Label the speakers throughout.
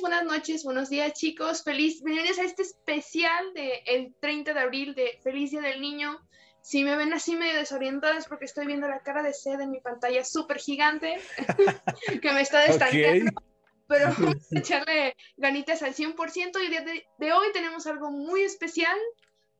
Speaker 1: buenas noches, buenos días chicos. Feliz, bienvenidos a este especial del el 30 de abril de Feliz Día del Niño. Si me ven así medio desorientada es porque estoy viendo la cara de sed en mi pantalla súper gigante que me está destacando. Pero vamos a echarle ganitas al 100% y el día de, de hoy tenemos algo muy especial.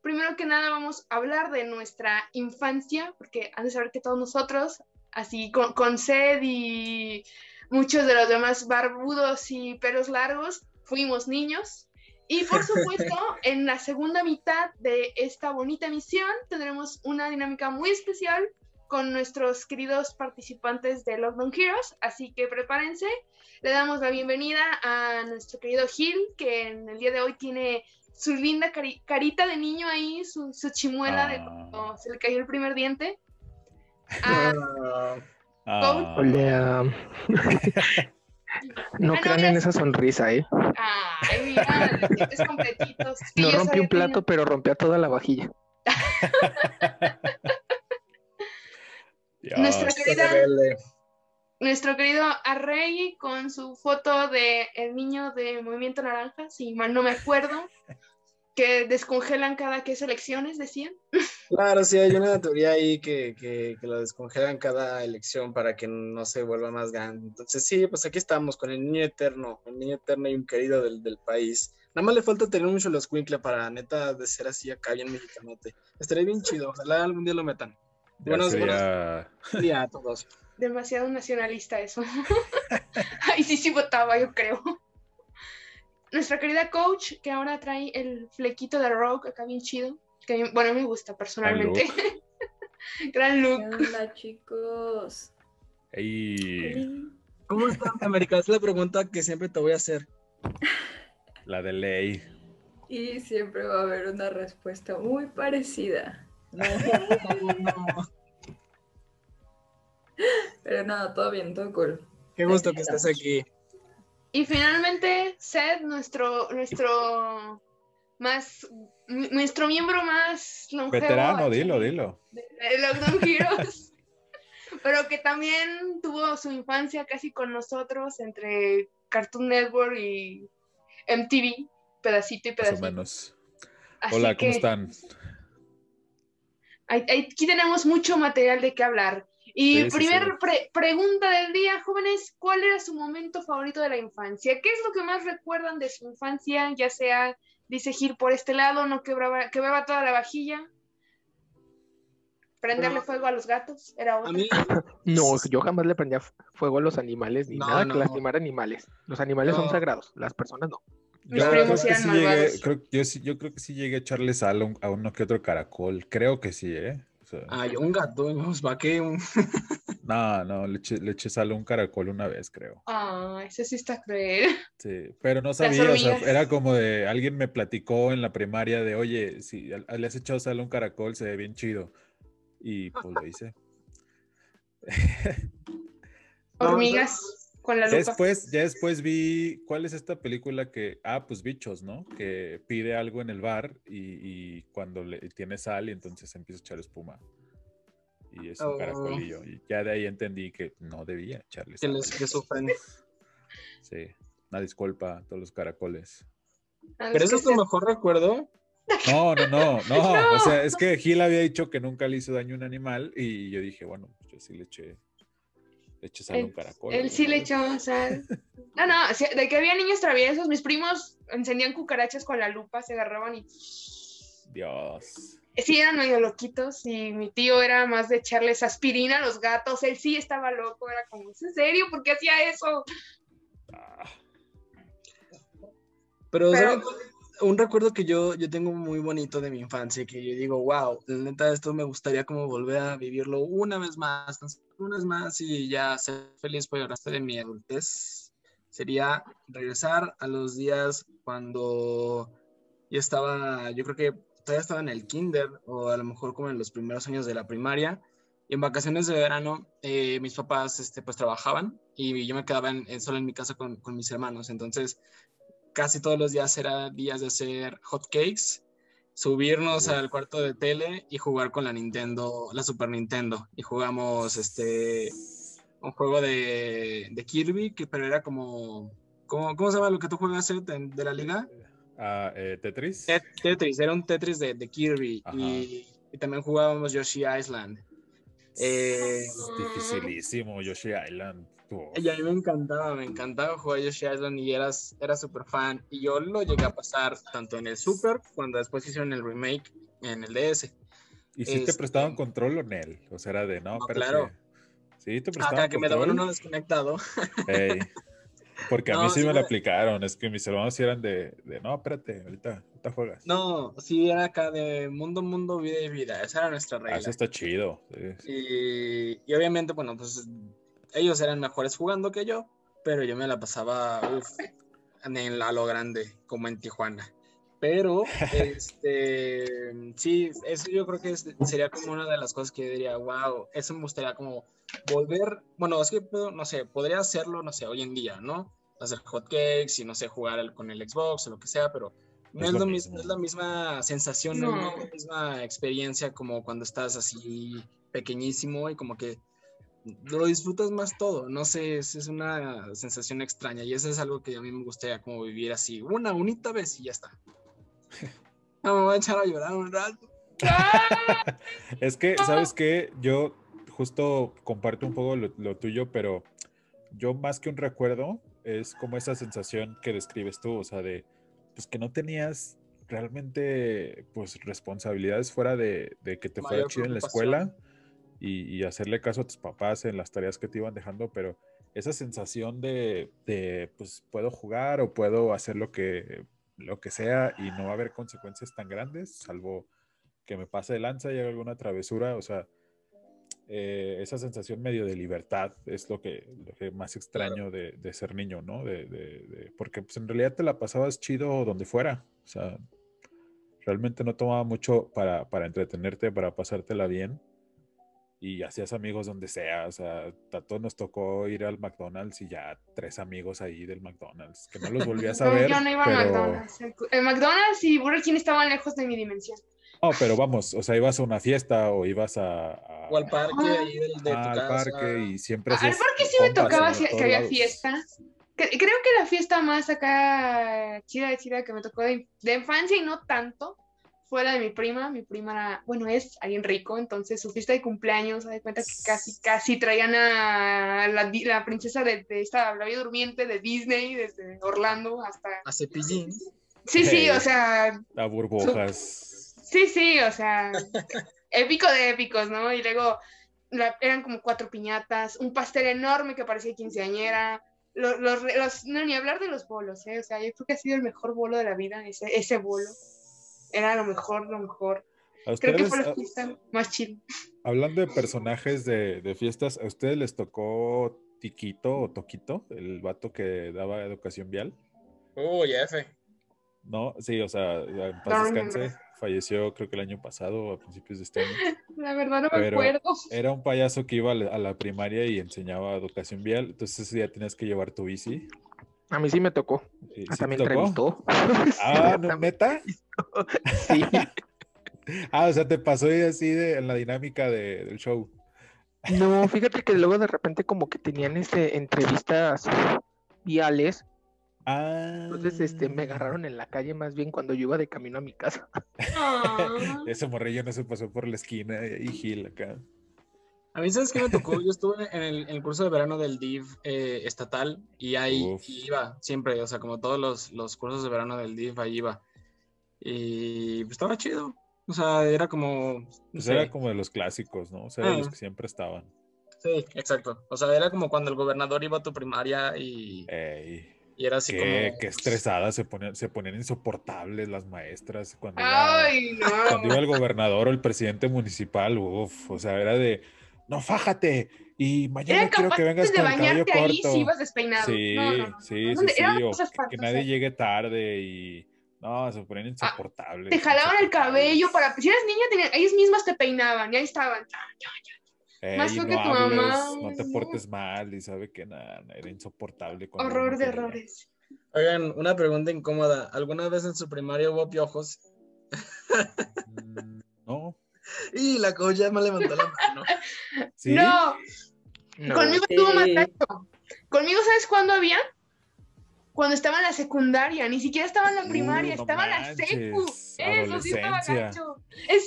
Speaker 1: Primero que nada vamos a hablar de nuestra infancia, porque han de saber que todos nosotros, así con, con sed y muchos de los demás barbudos y pelos largos fuimos niños. Y por supuesto, en la segunda mitad de esta bonita misión tendremos una dinámica muy especial con nuestros queridos participantes de Lockdown Heroes, así que prepárense. Le damos la bienvenida a nuestro querido Gil, que en el día de hoy tiene su linda cari carita de niño ahí, su, su chimuela ah. de cuando se le cayó el primer diente. A, ah.
Speaker 2: Ah. Hola. no ah, crean no, en esa sonrisa, ¿eh?
Speaker 1: Ay, mira, los dientes completitos.
Speaker 2: Sí, no rompí un plato, no... pero rompió toda la vajilla.
Speaker 1: Dios, nuestra querida, nuestro querido Arrey con su foto de el niño de Movimiento Naranja, si mal no me acuerdo, que descongelan cada que es elecciones, decían.
Speaker 3: Claro, sí, hay una teoría ahí que, que, que, lo descongelan cada elección para que no se vuelva más grande. Entonces, sí, pues aquí estamos con el niño eterno, el niño eterno y un querido del, del país. Nada más le falta tener un escuincle para neta de ser así acá bien mexicanote. Estaría bien chido, ojalá algún día lo metan.
Speaker 4: Ya buenos, sería...
Speaker 3: buenos días a todos.
Speaker 1: Demasiado nacionalista eso. Ay, sí, sí votaba, yo creo nuestra querida coach, que ahora trae el flequito de rock acá bien chido, que bueno, me gusta personalmente. Look. Gran look.
Speaker 5: Hola, chicos.
Speaker 4: Hey.
Speaker 3: ¿Cómo están, América? Es la pregunta que siempre te voy a hacer.
Speaker 4: La de ley.
Speaker 5: Y siempre va a haber una respuesta muy parecida. No, no. Pero nada, no, todo bien, todo cool.
Speaker 3: Qué gusto que estás aquí.
Speaker 1: Y finalmente, Seth, nuestro, nuestro más nuestro miembro más longevo.
Speaker 4: Veterano, aquí, dilo, dilo.
Speaker 1: De, de Lockdown Heroes. pero que también tuvo su infancia casi con nosotros entre Cartoon Network y MTV, pedacito y pedacito.
Speaker 4: Más o menos. Así Hola, ¿cómo están?
Speaker 1: Aquí tenemos mucho material de qué hablar. Y sí, primera sí, sí. pre pregunta del día, jóvenes, ¿cuál era su momento favorito de la infancia? ¿Qué es lo que más recuerdan de su infancia? Ya sea, dice Gil, por este lado, no quebraba, quebraba toda la vajilla. Prenderle bueno, fuego a los gatos, era otro. Mí...
Speaker 2: No, yo jamás le prendía fuego a los animales, ni no, nada no. que lastimara animales. Los animales no. son sagrados, las personas no.
Speaker 4: Mis yo, creo que sí llegué, creo, yo, yo, creo que sí llegué a echarle sal a, un, a uno que otro caracol. Creo que sí, ¿eh?
Speaker 2: Ah.
Speaker 3: Ay, un gato,
Speaker 2: pues,
Speaker 3: nos va que un...
Speaker 4: no, no, le eché, le eché sal a un caracol una vez, creo.
Speaker 1: Ah, ese sí está cruel.
Speaker 4: Sí, pero no sabía, o sea, era como de, alguien me platicó en la primaria de, oye, si le has echado sal a un caracol, se ve bien chido. Y pues lo hice.
Speaker 1: Hormigas con la lupa.
Speaker 4: Después, ya después vi, ¿cuál es esta película que, ah, pues bichos, ¿no? Que pide algo en el bar y, y cuando le, tiene sal y entonces empieza a echar espuma. Y es un oh. caracolillo. Y ya de ahí entendí que no debía echarle
Speaker 3: sal. Que sufren.
Speaker 4: Sí, una disculpa a todos los caracoles.
Speaker 1: Ah,
Speaker 3: Pero eso es tu mejor recuerdo.
Speaker 4: No, no, no, no, no. O sea, es que Gil había dicho que nunca le hizo daño a un animal y yo dije, bueno, pues yo sí le eché eches a un caracol.
Speaker 1: Él sí le echó sal. No, no, de que había niños traviesos, mis primos encendían cucarachas con la lupa, se agarraban y.
Speaker 4: Dios.
Speaker 1: Sí, eran medio loquitos y mi tío era más de echarles aspirina a los gatos. Él sí estaba loco, era como, ¿es en serio? ¿Por qué hacía eso? Ah.
Speaker 3: Pero,
Speaker 4: Pues,
Speaker 3: Pero un recuerdo que yo, yo tengo muy bonito de mi infancia, que yo digo, wow, la neta, esto me gustaría como volver a vivirlo una vez más, una vez más y ya ser feliz por el resto de mi adultez. Sería regresar a los días cuando yo estaba, yo creo que todavía estaba en el kinder o a lo mejor como en los primeros años de la primaria. Y en vacaciones de verano, eh, mis papás este, pues trabajaban y yo me quedaba en, solo en mi casa con, con mis hermanos. Entonces, casi todos los días era días de hacer hotcakes, subirnos al cuarto de tele y jugar con la Nintendo, la Super Nintendo. Y jugamos este un juego de, de Kirby, que pero era como
Speaker 2: ¿Cómo, cómo se llama lo que tú juegas Ed, de, de la liga?
Speaker 4: Ah, eh, Tetris.
Speaker 2: Tet- Tetris, era un Tetris de, de Kirby
Speaker 4: Ajá.
Speaker 2: y, y también jugábamos Yoshi Island. Eh,
Speaker 4: Dificilísimo, Yoshi Island. Oh.
Speaker 2: y a mí me encantaba, me encantaba jugar Yoshi Island y eras, era súper fan. Y yo lo llegué a pasar tanto en el Super, cuando después hicieron el remake en el DS.
Speaker 4: ¿Y si te
Speaker 2: este-
Speaker 4: prestaban control o Nel? O sea, era de no,
Speaker 2: No,
Speaker 4: espérate.
Speaker 2: claro.
Speaker 4: Sí, te prestaban
Speaker 2: Acá que me daban
Speaker 4: control.
Speaker 2: uno desconectado.
Speaker 4: Ey. Porque a
Speaker 2: No,
Speaker 4: mí sí
Speaker 2: sí
Speaker 4: me lo
Speaker 2: me-
Speaker 4: aplicaron. Es que mis hermanos sí eran de, de no, espérate, ahorita, ahorita juegas. Ah,
Speaker 2: No, sí, era acá de mundo, mundo, vida y vida. Esa era nuestra
Speaker 4: Ah,
Speaker 2: regla.
Speaker 4: eso está chido. sí, sí.
Speaker 2: Y, y obviamente, bueno, pues ellos eran mejores jugando que yo, pero yo me la pasaba uf, en la lo grande, como en Tijuana. Pero, este, sí, eso yo creo que es- sería como una de las cosas que yo diría, wow, eso me gustaría como volver, bueno, es que puedo, no sé, podría hacerlo, no sé, hoy en día, ¿no? Hacer hotcakes y no sé, jugar al- con el Xbox o lo que sea, pero no es, lo mismo, es la misma sensación, no
Speaker 1: No.
Speaker 2: es la misma experiencia como cuando estás así pequeñísimo y como que lo disfrutas más todo, no sé, es, es una sensación extraña y eso es algo que a mí me gustaría como vivir así, una bonita vez y ya está. No, me voy a echar a llorar un rato.
Speaker 1: pues,
Speaker 4: Es que, ¿sabes qué? Yo justo comparto un poco lo, lo tuyo, pero yo más que un recuerdo, es como esa sensación que describes tú, o sea, de pues que no tenías realmente pues responsabilidades fuera de, de que te fuera
Speaker 2: Mayor
Speaker 4: chido en la
Speaker 2: preocupación.
Speaker 4: escuela y, y hacerle caso a tus papás en las tareas que te iban dejando, pero esa sensación de, de, pues puedo jugar o puedo hacer lo que, lo que sea y no va a haber consecuencias tan grandes, salvo que me pase de lanza y haga alguna travesura, o sea, eh, esa sensación medio de libertad es lo que, lo que más extraño de, de ser niño, ¿no? De, de- de- porque pues, en realidad te la pasabas chido donde fuera, o sea, realmente no tomaba mucho para, para entretenerte, para pasártela bien y hacías amigos donde sea, o sea, a todos nos tocó ir al McDonald's y ya tres amigos ahí del McDonald's, que no los volvías a
Speaker 1: No,
Speaker 4: ver.
Speaker 1: yo no iba a
Speaker 4: pero...
Speaker 1: McDonald's. El, el McDonald's y Burger King estaban lejos de mi dimensión.
Speaker 4: No, pero vamos, o sea, ibas a una fiesta o ibas a, a-
Speaker 2: O al parque ahí del- de tu
Speaker 4: ajá, al
Speaker 2: casa.
Speaker 4: parque y siempre
Speaker 1: Ah, al
Speaker 4: hacías
Speaker 1: parque sí me
Speaker 4: compas
Speaker 1: tocaba
Speaker 4: en
Speaker 1: si-
Speaker 4: todos
Speaker 1: que había
Speaker 4: lados.
Speaker 1: fiestas. Cre- Creo que la fiesta más acá chida, chida que me tocó de, de infancia y no tanto fue la de mi prima. Mi prima era, bueno, es alguien rico, entonces su fiesta de cumpleaños, se da cuenta que casi, casi traían a la, di- la princesa de, de esta, la Bella durmiente de Disney, desde Orlando hasta...
Speaker 2: A cepillín.
Speaker 1: Sí, sí,
Speaker 4: Hey.
Speaker 1: o sea,
Speaker 4: A burbujas.
Speaker 1: Sí, sí, o sea, épico de épicos, ¿no? Y luego la- eran como cuatro piñatas, un pastel enorme que parecía quinceañera, los, los, re- los- no, ni hablar de los bolos, ¿eh? O sea, yo creo que ha sido el mejor bolo de la vida, ese, ese bolo. Era lo mejor, lo mejor.
Speaker 4: ¿A
Speaker 1: Creo que
Speaker 4: ustedes,
Speaker 1: fue la
Speaker 4: a-
Speaker 1: fiesta más chida.
Speaker 4: hablando de personajes de, de fiestas, ¿a ustedes les tocó Tiquito o Toquito, el vato que daba educación vial?
Speaker 2: Uy, F.
Speaker 4: No, sí, o sea, en
Speaker 1: No,
Speaker 4: paz
Speaker 1: no, no.
Speaker 4: descanse, falleció creo que el año pasado o a principios de este año.
Speaker 1: La verdad no me
Speaker 4: Pero-
Speaker 1: acuerdo.
Speaker 4: Era un payaso que iba a la, a la primaria y enseñaba educación vial, entonces ese día tenías que llevar tu bici.
Speaker 3: A mí sí me tocó.
Speaker 4: ¿Sí
Speaker 3: Hasta
Speaker 4: te
Speaker 3: me
Speaker 4: tocó?
Speaker 3: entrevistó.
Speaker 4: Ah,
Speaker 3: Hasta
Speaker 4: ¿no,
Speaker 3: me-
Speaker 4: neta.
Speaker 3: Sí.
Speaker 4: Ah, o sea, te pasó y así de, en la dinámica de- del show.
Speaker 3: No, fíjate que luego de repente como que tenían este entrevistas viales.
Speaker 4: Ah.
Speaker 3: Entonces este me agarraron en la calle más bien cuando yo iba de camino a mi casa.
Speaker 1: Ah.
Speaker 4: Ese morrillo no se pasó por la esquina y Gil acá.
Speaker 2: A mí, ¿sabes qué me tocó? Yo estuve en el, en el curso de verano del DIV eh, estatal y ahí
Speaker 4: Uf.
Speaker 2: iba siempre, o sea, como todos los, los cursos de verano del DIV, ahí iba. Y pues, estaba chido. O sea, era como. no
Speaker 4: Pues
Speaker 2: sé,
Speaker 4: era como de los clásicos, ¿no? O sea, de los
Speaker 2: Ah.
Speaker 4: que siempre estaban.
Speaker 2: Sí, exacto. O sea, era como cuando el gobernador iba a tu primaria y,
Speaker 4: Ey,
Speaker 2: y era así
Speaker 4: qué,
Speaker 2: como.
Speaker 4: qué estresadas se ponían, se ponían insoportables las maestras cuando iba-
Speaker 1: Ay,
Speaker 4: cuando
Speaker 1: no.
Speaker 4: iba el gobernador o el presidente municipal, uff, o sea, era de, no, fájate, y mañana
Speaker 1: Era
Speaker 4: quiero
Speaker 1: capaz
Speaker 4: que vengas
Speaker 1: de
Speaker 4: con el cabello
Speaker 1: bañarte ahí
Speaker 4: corto.
Speaker 1: si ibas despeinado.
Speaker 4: Sí,
Speaker 1: No, no, no,
Speaker 4: sí,
Speaker 1: no.
Speaker 4: sí,
Speaker 1: Eran
Speaker 4: sí, o
Speaker 1: cosas eh.
Speaker 4: que
Speaker 1: espantosas.
Speaker 4: nadie llegue tarde y, no, se ponen insoportables.
Speaker 1: Te jalaban el cabello
Speaker 4: insoportables.
Speaker 1: para. Si eras niña, tenían- ellas mismas te peinaban y ahí estaban.
Speaker 4: Ey,
Speaker 1: más tú
Speaker 4: no
Speaker 1: que tu
Speaker 4: hables,
Speaker 1: mamá,
Speaker 4: no te
Speaker 1: no.
Speaker 4: portes mal y sabe que nada, era insoportable. cuando
Speaker 1: Horror
Speaker 4: uno
Speaker 1: de
Speaker 4: quería.
Speaker 1: errores.
Speaker 2: Oigan, una pregunta incómoda. ¿Alguna vez en su primaria hubo piojos?
Speaker 4: Mm, No,
Speaker 2: Y la coya me levantó la mano.
Speaker 4: sí.
Speaker 1: No,
Speaker 3: No.
Speaker 1: conmigo
Speaker 5: Sí.
Speaker 1: estuvo más gacho. Conmigo, ¿sabes cuándo había? cuando estaba en la secundaria, ni siquiera estaba
Speaker 4: Uh,
Speaker 1: en la primaria, estaba en la secu. Eso sí estaba gacho. Exacto,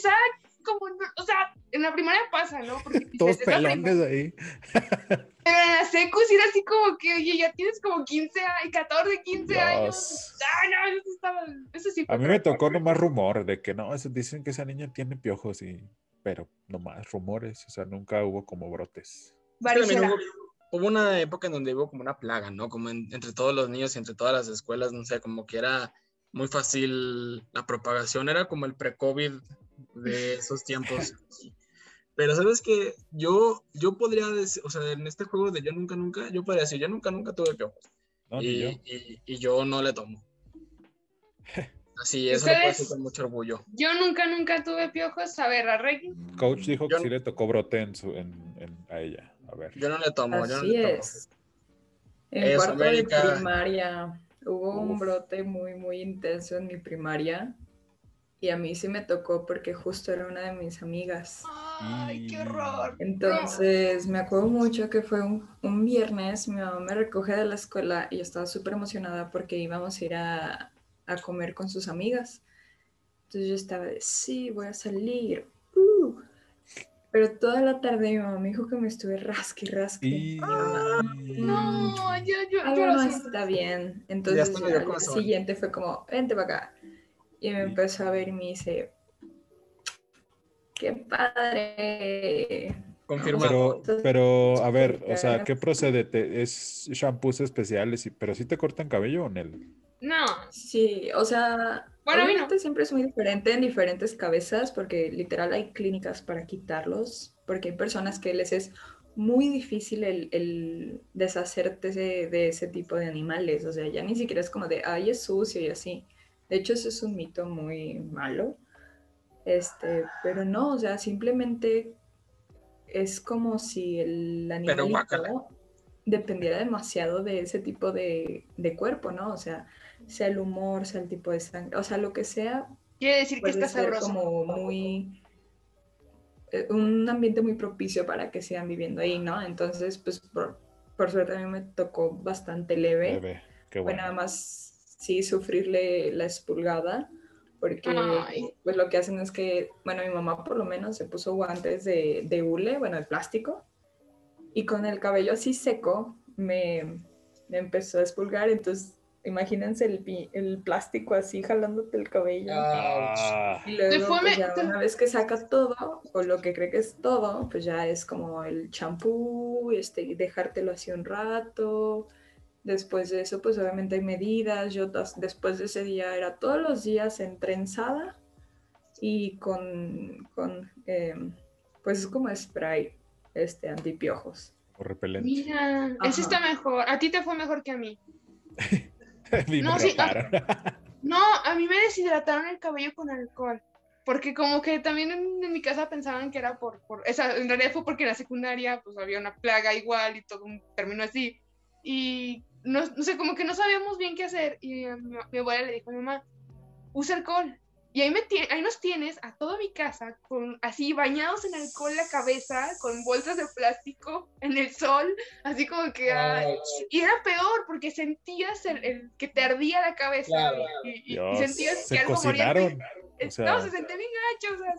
Speaker 1: como, no- o sea, en la primaria pasa, ¿no? Porque dices,
Speaker 4: Todos
Speaker 1: "Es la
Speaker 4: pelones ahí.
Speaker 1: Pero en la secu sí era así como que, oye, ya tienes como 15 años, 14, 15 años.
Speaker 4: Dios.
Speaker 1: Ah, no, eso estaba, eso sí fue
Speaker 4: A mí me
Speaker 1: prepa.
Speaker 4: tocó nomás rumor de que no, eso- dicen que esa niña tiene piojos y pero nomás rumores, o sea, nunca hubo como brotes.
Speaker 2: También
Speaker 1: Varicela.
Speaker 2: hubo, hubo una época en donde hubo como una plaga, ¿no? Como en- entre todos los niños y entre todas las escuelas, no sé, como que era muy fácil la propagación, era como el pre-COVID de esos tiempos. Pero sabes que yo, yo podría decir, o sea, en este juego de yo nunca, nunca, yo podría decir, yo nunca, nunca tuve piojos.
Speaker 4: No, Ah, ni
Speaker 2: y,
Speaker 4: yo.
Speaker 2: y- y yo no le tomo. Así, eso lo puedo
Speaker 1: ¿Ustedes?
Speaker 2: decir con mucho orgullo.
Speaker 1: Yo nunca, nunca tuve piojos. A ver, a Reggie.
Speaker 4: Coach dijo que
Speaker 2: Yo-
Speaker 4: sí le tocó brote en su, en, en- a ella. A ver.
Speaker 2: Yo no le tomo, yo no
Speaker 5: Así
Speaker 2: le tomo.
Speaker 5: es. En
Speaker 2: Eso,
Speaker 5: cuarto
Speaker 2: América.
Speaker 5: de primaria hubo un
Speaker 4: Uf.
Speaker 5: brote muy, muy intenso en mi primaria. Y a mí sí me tocó porque justo era una de mis amigas.
Speaker 1: Ay, qué
Speaker 4: Y-
Speaker 1: horror.
Speaker 5: Entonces me acuerdo mucho que fue un, un viernes, mi mamá me recoge de la escuela y yo estaba súper emocionada porque íbamos a ir a, a comer con sus amigas. Entonces yo estaba de, sí, voy a salir. uh". Pero toda la tarde mi mamá me dijo que me estuve rasque, y rasque.
Speaker 4: Y...
Speaker 5: Mi mamá, Mm.
Speaker 1: No, yo, yo, yo
Speaker 5: algo
Speaker 1: lo
Speaker 5: no
Speaker 1: siento.
Speaker 5: está bien. Entonces
Speaker 2: está
Speaker 5: ya
Speaker 2: medio
Speaker 5: al día
Speaker 2: corazón.
Speaker 5: siguiente fue como, vente para acá. Y me
Speaker 4: Y-
Speaker 5: empezó a ver y me dice, qué padre.
Speaker 2: Confirmado.
Speaker 4: Pero,
Speaker 5: Entonces,
Speaker 4: pero, a ver,
Speaker 5: porque
Speaker 4: o sea,
Speaker 5: ahora-
Speaker 4: ¿qué procede? Te- ¿Es shampoos especiales? Y, ¿Pero sí te cortan cabello o Nel?
Speaker 1: No.
Speaker 5: Sí, o sea,
Speaker 1: Bueno, a mí no.
Speaker 5: obviamente siempre es muy diferente en diferentes cabezas porque literal hay clínicas para quitarlos, porque hay personas que les es muy difícil el, el deshacerte ese- de ese tipo de animales, o sea, ya ni siquiera es como de, ay, es sucio y así. De hecho, eso es un mito muy malo, este, pero no, o sea, simplemente es como si el
Speaker 2: guácala.
Speaker 5: animalito dependiera demasiado de ese tipo de, de cuerpo, ¿no? O sea, sea el humor, sea el tipo de sangre, o sea, lo que sea,
Speaker 1: Quiere decir que
Speaker 5: puede
Speaker 1: está
Speaker 5: ser
Speaker 1: sabroso.
Speaker 5: como muy eh, un ambiente muy propicio para que sigan viviendo ahí, ¿no? Entonces, pues por, por suerte a mí me tocó bastante leve.
Speaker 4: Bebé, qué
Speaker 5: Bueno,
Speaker 4: bueno.
Speaker 5: además sí sufrirle la expulgada, porque
Speaker 1: Ay.
Speaker 5: pues lo que hacen es que, bueno, mi mamá por lo menos se puso guantes de, de hule, bueno, de plástico, y con el cabello así seco me, me empezó a expulgar, entonces imagínense el, pi- el plástico así jalándote el cabello.
Speaker 2: Ah,
Speaker 4: Ah,
Speaker 5: Y luego,
Speaker 1: fue
Speaker 5: pues,
Speaker 1: me-
Speaker 5: ya
Speaker 1: te-
Speaker 5: una vez que saca todo, o lo que cree que es todo, pues ya es como el champú, este, y dejártelo así un rato. Después de eso, pues obviamente hay medidas. Yo tas- después de ese día era todos los días entrenzada y con, con em, pues es como spray, este, antipiojos.
Speaker 4: o repelente.
Speaker 1: Mira, ese
Speaker 5: Ajá.
Speaker 1: está mejor. A ti te fue mejor que a mí.
Speaker 4: Ni me
Speaker 1: No, sí, ah.
Speaker 4: raparon.
Speaker 1: No, a mí me deshidrataron el cabello con alcohol. Porque como que también en, en mi casa pensaban que era por, por... Esa, en realidad fue porque en la secundaria pues había una plaga igual y todo un- terminó así. Y no, no sé, como que no sabíamos bien qué hacer. Y eh, mi, mi abuela le dijo a mi mamá, usa alcohol. Y ahí, me tie- ahí nos tienes a toda mi casa con así bañados en alcohol la cabeza, con bolsas de plástico en el sol, así como que... ay, y era peor porque sentías el, el que te ardía la cabeza
Speaker 2: Claro.
Speaker 1: y, y- y
Speaker 4: Dios,
Speaker 1: sentías que
Speaker 4: se
Speaker 1: algo moría. en
Speaker 4: cocinaron.
Speaker 1: ti.
Speaker 4: O sea,
Speaker 1: no, se sentía bien gacho. O sea,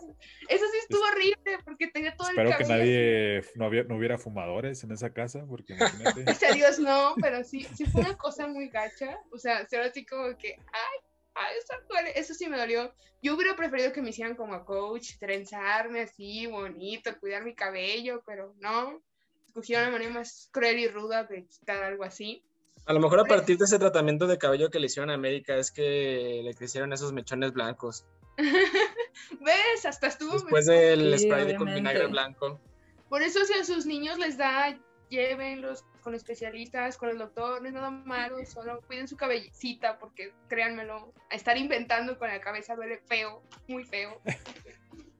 Speaker 1: eso sí estuvo horrible porque tenía todo el
Speaker 4: espero que
Speaker 1: cabello.
Speaker 4: nadie no, había- no hubiera fumadores en esa casa, porque imagínate.
Speaker 1: Gracias a Dios no, pero sí, sí fue una cosa muy gacha. O sea, era así como que, ay, ay, eso, duele, eso sí me dolió. Yo hubiera preferido que me hicieran como a coach, trenzarme así, bonito, cuidar mi cabello, pero no. Escogieron la manera más cruel y ruda de quitar algo así.
Speaker 2: A lo mejor a partir de ese tratamiento de cabello que le hicieron a América es que le crecieron esos mechones blancos.
Speaker 1: ¿Ves? Hasta estuvo
Speaker 2: Después del
Speaker 5: Sí,
Speaker 2: spray de con
Speaker 5: obviamente.
Speaker 2: vinagre blanco.
Speaker 1: Por eso si a sus niños les da, llévenlos con especialistas, con el doctor, no es nada malo, solo cuiden su cabecita porque créanmelo, estar inventando con la cabeza duele feo, muy feo.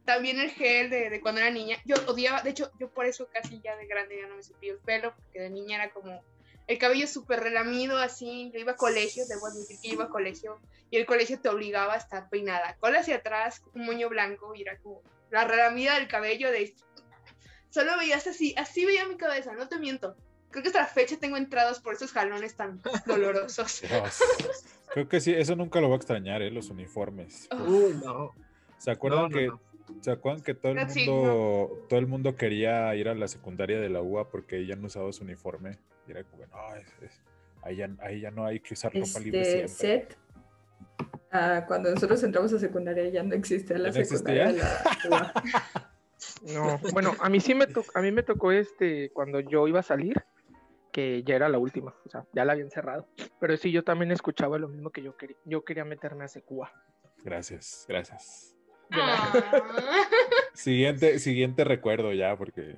Speaker 1: También el gel de, de cuando era niña, yo odiaba, de hecho yo por eso casi ya de grande ya no me cepillo el pelo, porque de niña era como el cabello súper relamido así, yo iba a colegio, debo admitir que iba a colegio y el colegio te obligaba a estar peinada, cola hacia atrás, un moño blanco y era como la relamida del cabello de solo veías así, así veía mi cabeza, no te miento. Creo que hasta la fecha tengo entradas por esos jalones tan dolorosos.
Speaker 4: Dios. Creo que sí, eso nunca lo va a extrañar, ¿eh? Los
Speaker 1: Oh.
Speaker 4: uniformes.
Speaker 2: Uh, no.
Speaker 4: ¿Se acuerdan
Speaker 2: No, no,
Speaker 4: que
Speaker 2: no.
Speaker 4: ¿Se acuerdan que todo el
Speaker 1: Pero sí,
Speaker 4: mundo todo el mundo quería ir a la secundaria de la UA porque ella no usaba su uniforme? Y era como, no, es- es- ahí, ya, ahí ya no hay que usar ropa libre
Speaker 5: Este
Speaker 4: siempre.
Speaker 5: set. ah, cuando nosotros entramos a secundaria ya no existe la
Speaker 4: ¿Ya no
Speaker 5: secundaria. de la-
Speaker 3: No, bueno, a mí sí me tocó, a mí me tocó este cuando yo iba a salir, que ya era la última, o sea, ya la habían cerrado. Pero sí, yo también escuchaba lo mismo que yo quería, yo quería meterme a Secua.
Speaker 4: Gracias, gracias.
Speaker 1: Ah.
Speaker 4: Siguiente, siguiente recuerdo ya, porque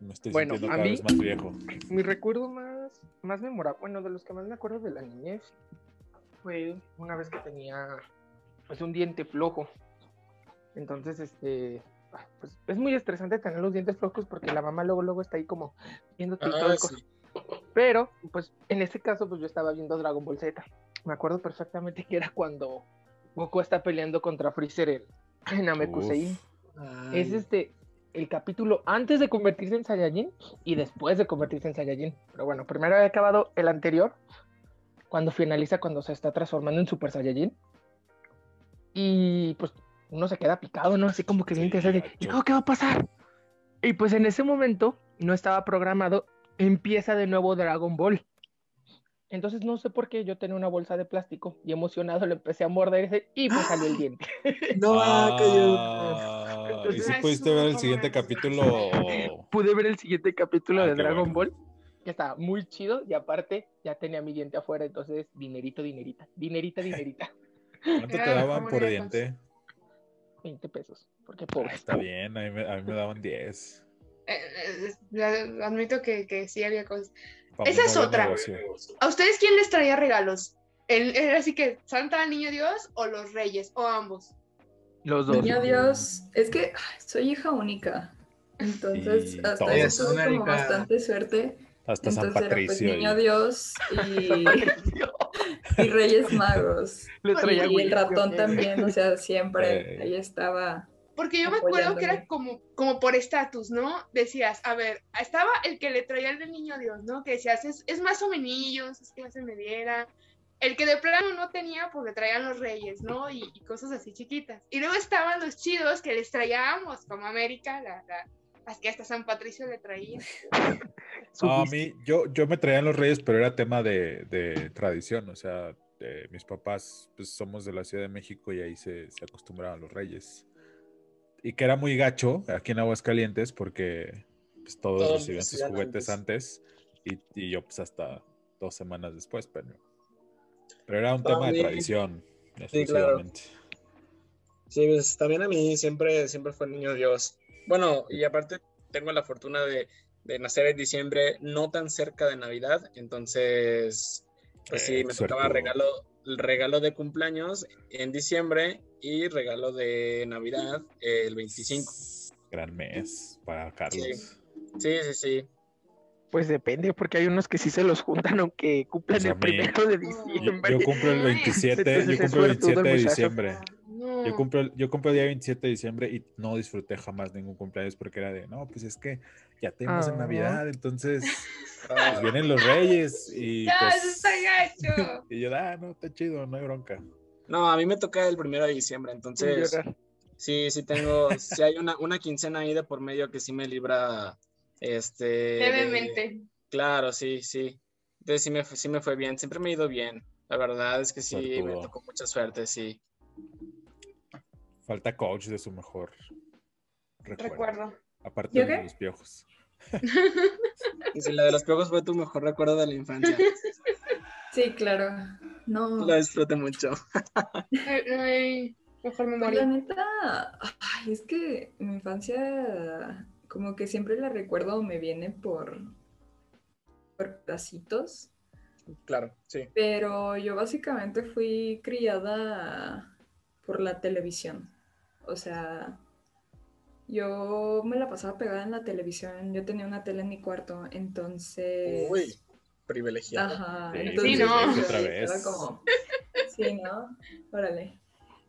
Speaker 4: me estoy
Speaker 3: Bueno,
Speaker 4: sintiendo
Speaker 3: a
Speaker 4: cada
Speaker 3: mí-
Speaker 4: vez más viejo.
Speaker 3: Mi recuerdo más, más memorable, bueno, de los que más me acuerdo de la niñez, fue una vez que tenía pues un diente flojo. Entonces, este, ah, pues es muy estresante tener los dientes flojos porque la mamá luego, luego está ahí como viéndote y todo
Speaker 2: Ah,
Speaker 3: el
Speaker 2: sí.
Speaker 3: Pero, pues, en ese caso, pues yo estaba viendo Dragon Ball Z. Me acuerdo perfectamente que era cuando Goku está peleando contra Freezer en, en Namekusei.
Speaker 4: Uf.
Speaker 2: Ay,
Speaker 3: Es este el capítulo antes de convertirse en Saiyajin y después de convertirse en Saiyajin. Pero bueno, primero había acabado el anterior, cuando finaliza cuando se está transformando en Super Saiyajin. Y pues uno se queda picado, ¿no? Así como que bien
Speaker 4: Sí,
Speaker 3: interesante.
Speaker 4: gacho.
Speaker 3: ¿Y luego qué va a pasar? Y pues en ese momento no estaba programado, empieza de nuevo Dragon Ball. Entonces no sé por qué yo tenía una bolsa de plástico y emocionado le empecé a morder y me salió el diente.
Speaker 2: No, ah, cayó.
Speaker 4: Ah, ¿Y si
Speaker 1: Entonces-
Speaker 4: pudiste ver el siguiente capítulo?
Speaker 3: pude ver el siguiente capítulo
Speaker 4: Ah,
Speaker 3: de
Speaker 4: qué
Speaker 3: Dragon
Speaker 4: bueno.
Speaker 3: Ball. Ya estaba muy chido y aparte ya tenía mi diente afuera, entonces dinerito, dinerita, dinerita, dinerita.
Speaker 4: ¿Cuánto te
Speaker 1: Ay,
Speaker 4: daban
Speaker 1: cómo
Speaker 4: por
Speaker 1: lejos.
Speaker 4: diente?
Speaker 3: 20 pesos, porque
Speaker 4: Ah,
Speaker 3: pobre.
Speaker 4: está bien, a mí me, a mí me daban 10.
Speaker 1: Eh, eh, admito que, que sí había cosas.
Speaker 4: Pa' mí
Speaker 1: Esa
Speaker 4: no
Speaker 1: es
Speaker 4: había
Speaker 1: otra.
Speaker 4: negocio.
Speaker 1: ¿A ustedes quién les traía regalos? El, era así que Santa, el niño Dios o los reyes o ambos.
Speaker 3: Los dos.
Speaker 5: Niño Dios, es que ay, soy hija única. Entonces,
Speaker 4: Y
Speaker 5: hasta
Speaker 4: todos.
Speaker 2: Eres
Speaker 5: eso tuve
Speaker 2: una
Speaker 5: como
Speaker 2: hija.
Speaker 5: bastante suerte.
Speaker 4: Hasta San
Speaker 5: Entonces era pues
Speaker 4: Patricio.
Speaker 5: Niño
Speaker 4: y-
Speaker 5: Dios y, y Reyes Magos.
Speaker 3: Le
Speaker 5: Y,
Speaker 3: traía
Speaker 5: y el
Speaker 3: Willy,
Speaker 5: ratón
Speaker 3: ok.
Speaker 5: también, o sea, siempre
Speaker 4: Ey.
Speaker 5: ahí estaba.
Speaker 1: Porque yo me acuerdo que era
Speaker 5: Apoyándome.
Speaker 1: como, como por estatus, ¿no? Decías, a ver, estaba el que le traía el del niño Dios, ¿no? Que decías, es, es más o menos, es que no se me diera. El que de plano no tenía, pues le traían los reyes, ¿no? Y, y cosas así chiquitas. Y luego estaban los chidos que les traíamos, como América, la, la- las que hasta San Patricio le traía.
Speaker 3: Su
Speaker 4: No, a
Speaker 3: bis-
Speaker 4: mí, yo, yo me traían los reyes, pero era tema de, de tradición, o sea, eh, mis papás pues, somos de la Ciudad de México y ahí se, se acostumbraban los reyes. Y que era muy gacho aquí en Aguascalientes porque pues, todos
Speaker 2: Todos
Speaker 4: recibían sus
Speaker 2: recibían
Speaker 4: juguetes antes, y, y yo pues hasta dos semanas después, pero, pero era un
Speaker 2: Para
Speaker 4: tema de
Speaker 2: mí-
Speaker 4: tradición,
Speaker 2: Sí, claro.
Speaker 4: exclusivamente.
Speaker 2: Sí, pues, también a mí siempre, siempre fue niño Dios. Bueno, y aparte tengo la fortuna de, de nacer en diciembre, no tan cerca de Navidad, entonces, pues sí,
Speaker 4: Eh,
Speaker 2: me tocaba
Speaker 4: suertudo.
Speaker 2: regalo, el regalo de cumpleaños en diciembre y regalo de Navidad eh, el 25.
Speaker 4: Gran mes para Carlos.
Speaker 2: Sí, sí, sí.
Speaker 3: Pues depende, porque hay unos que sí se los juntan, aunque cumplen
Speaker 4: Pues a
Speaker 3: el
Speaker 4: mí-
Speaker 3: primero de
Speaker 4: Yo,
Speaker 3: diciembre.
Speaker 4: yo cumplo el
Speaker 1: Ay,
Speaker 4: 27, yo
Speaker 3: entonces es
Speaker 4: cumplo el 27
Speaker 3: suertudo el
Speaker 4: de
Speaker 3: muchacho.
Speaker 4: diciembre.
Speaker 1: Ah, No.
Speaker 4: Yo cumplo, el- yo cumplo el día 27 de diciembre y no disfruté jamás ningún cumpleaños porque era de, no, pues es que ya tenemos en
Speaker 3: Ah.
Speaker 4: Navidad, entonces
Speaker 2: Ah,
Speaker 4: pues vienen los reyes y
Speaker 1: Ya,
Speaker 4: pues,
Speaker 1: eso está gacho.
Speaker 4: y yo, ah, no, está chido, no hay bronca.
Speaker 2: no, a mí me toca el primero de diciembre, entonces,
Speaker 3: Llorar.
Speaker 2: sí, sí tengo, sí hay una, una quincena ahí de por medio que sí me libra, este...
Speaker 4: Eh,
Speaker 2: de-
Speaker 1: Levemente.
Speaker 2: Claro, sí, sí. Entonces sí me, fu- sí me fue bien, siempre me ha ido bien. La verdad es que sí, me
Speaker 4: Suertudo.
Speaker 2: tocó mucha suerte, sí.
Speaker 4: Falta coach de su mejor recuerdo.
Speaker 1: Recuerdo.
Speaker 4: Aparte
Speaker 5: ¿Yo
Speaker 4: de
Speaker 5: qué?
Speaker 4: los piojos.
Speaker 2: Y si la de los piojos fue tu mejor recuerdo de la infancia,
Speaker 5: Sí, claro. No.
Speaker 2: la disfruté mucho.
Speaker 1: Ay, ay, mejor
Speaker 5: Pues la
Speaker 1: memoria.
Speaker 5: neta, ay, es que mi infancia como que siempre la recuerdo me viene por, por pedacitos,
Speaker 2: Claro, sí.
Speaker 5: pero yo básicamente fui criada por la televisión. O sea, yo me la pasaba pegada en la televisión, yo tenía una tele en mi cuarto, entonces...
Speaker 2: Uy, privilegiado.
Speaker 5: Ajá,
Speaker 4: Sí,
Speaker 5: entonces
Speaker 1: sí, no.
Speaker 5: yo
Speaker 4: otra
Speaker 5: sí
Speaker 4: vez.
Speaker 5: estaba como, sí, ¿no? Órale.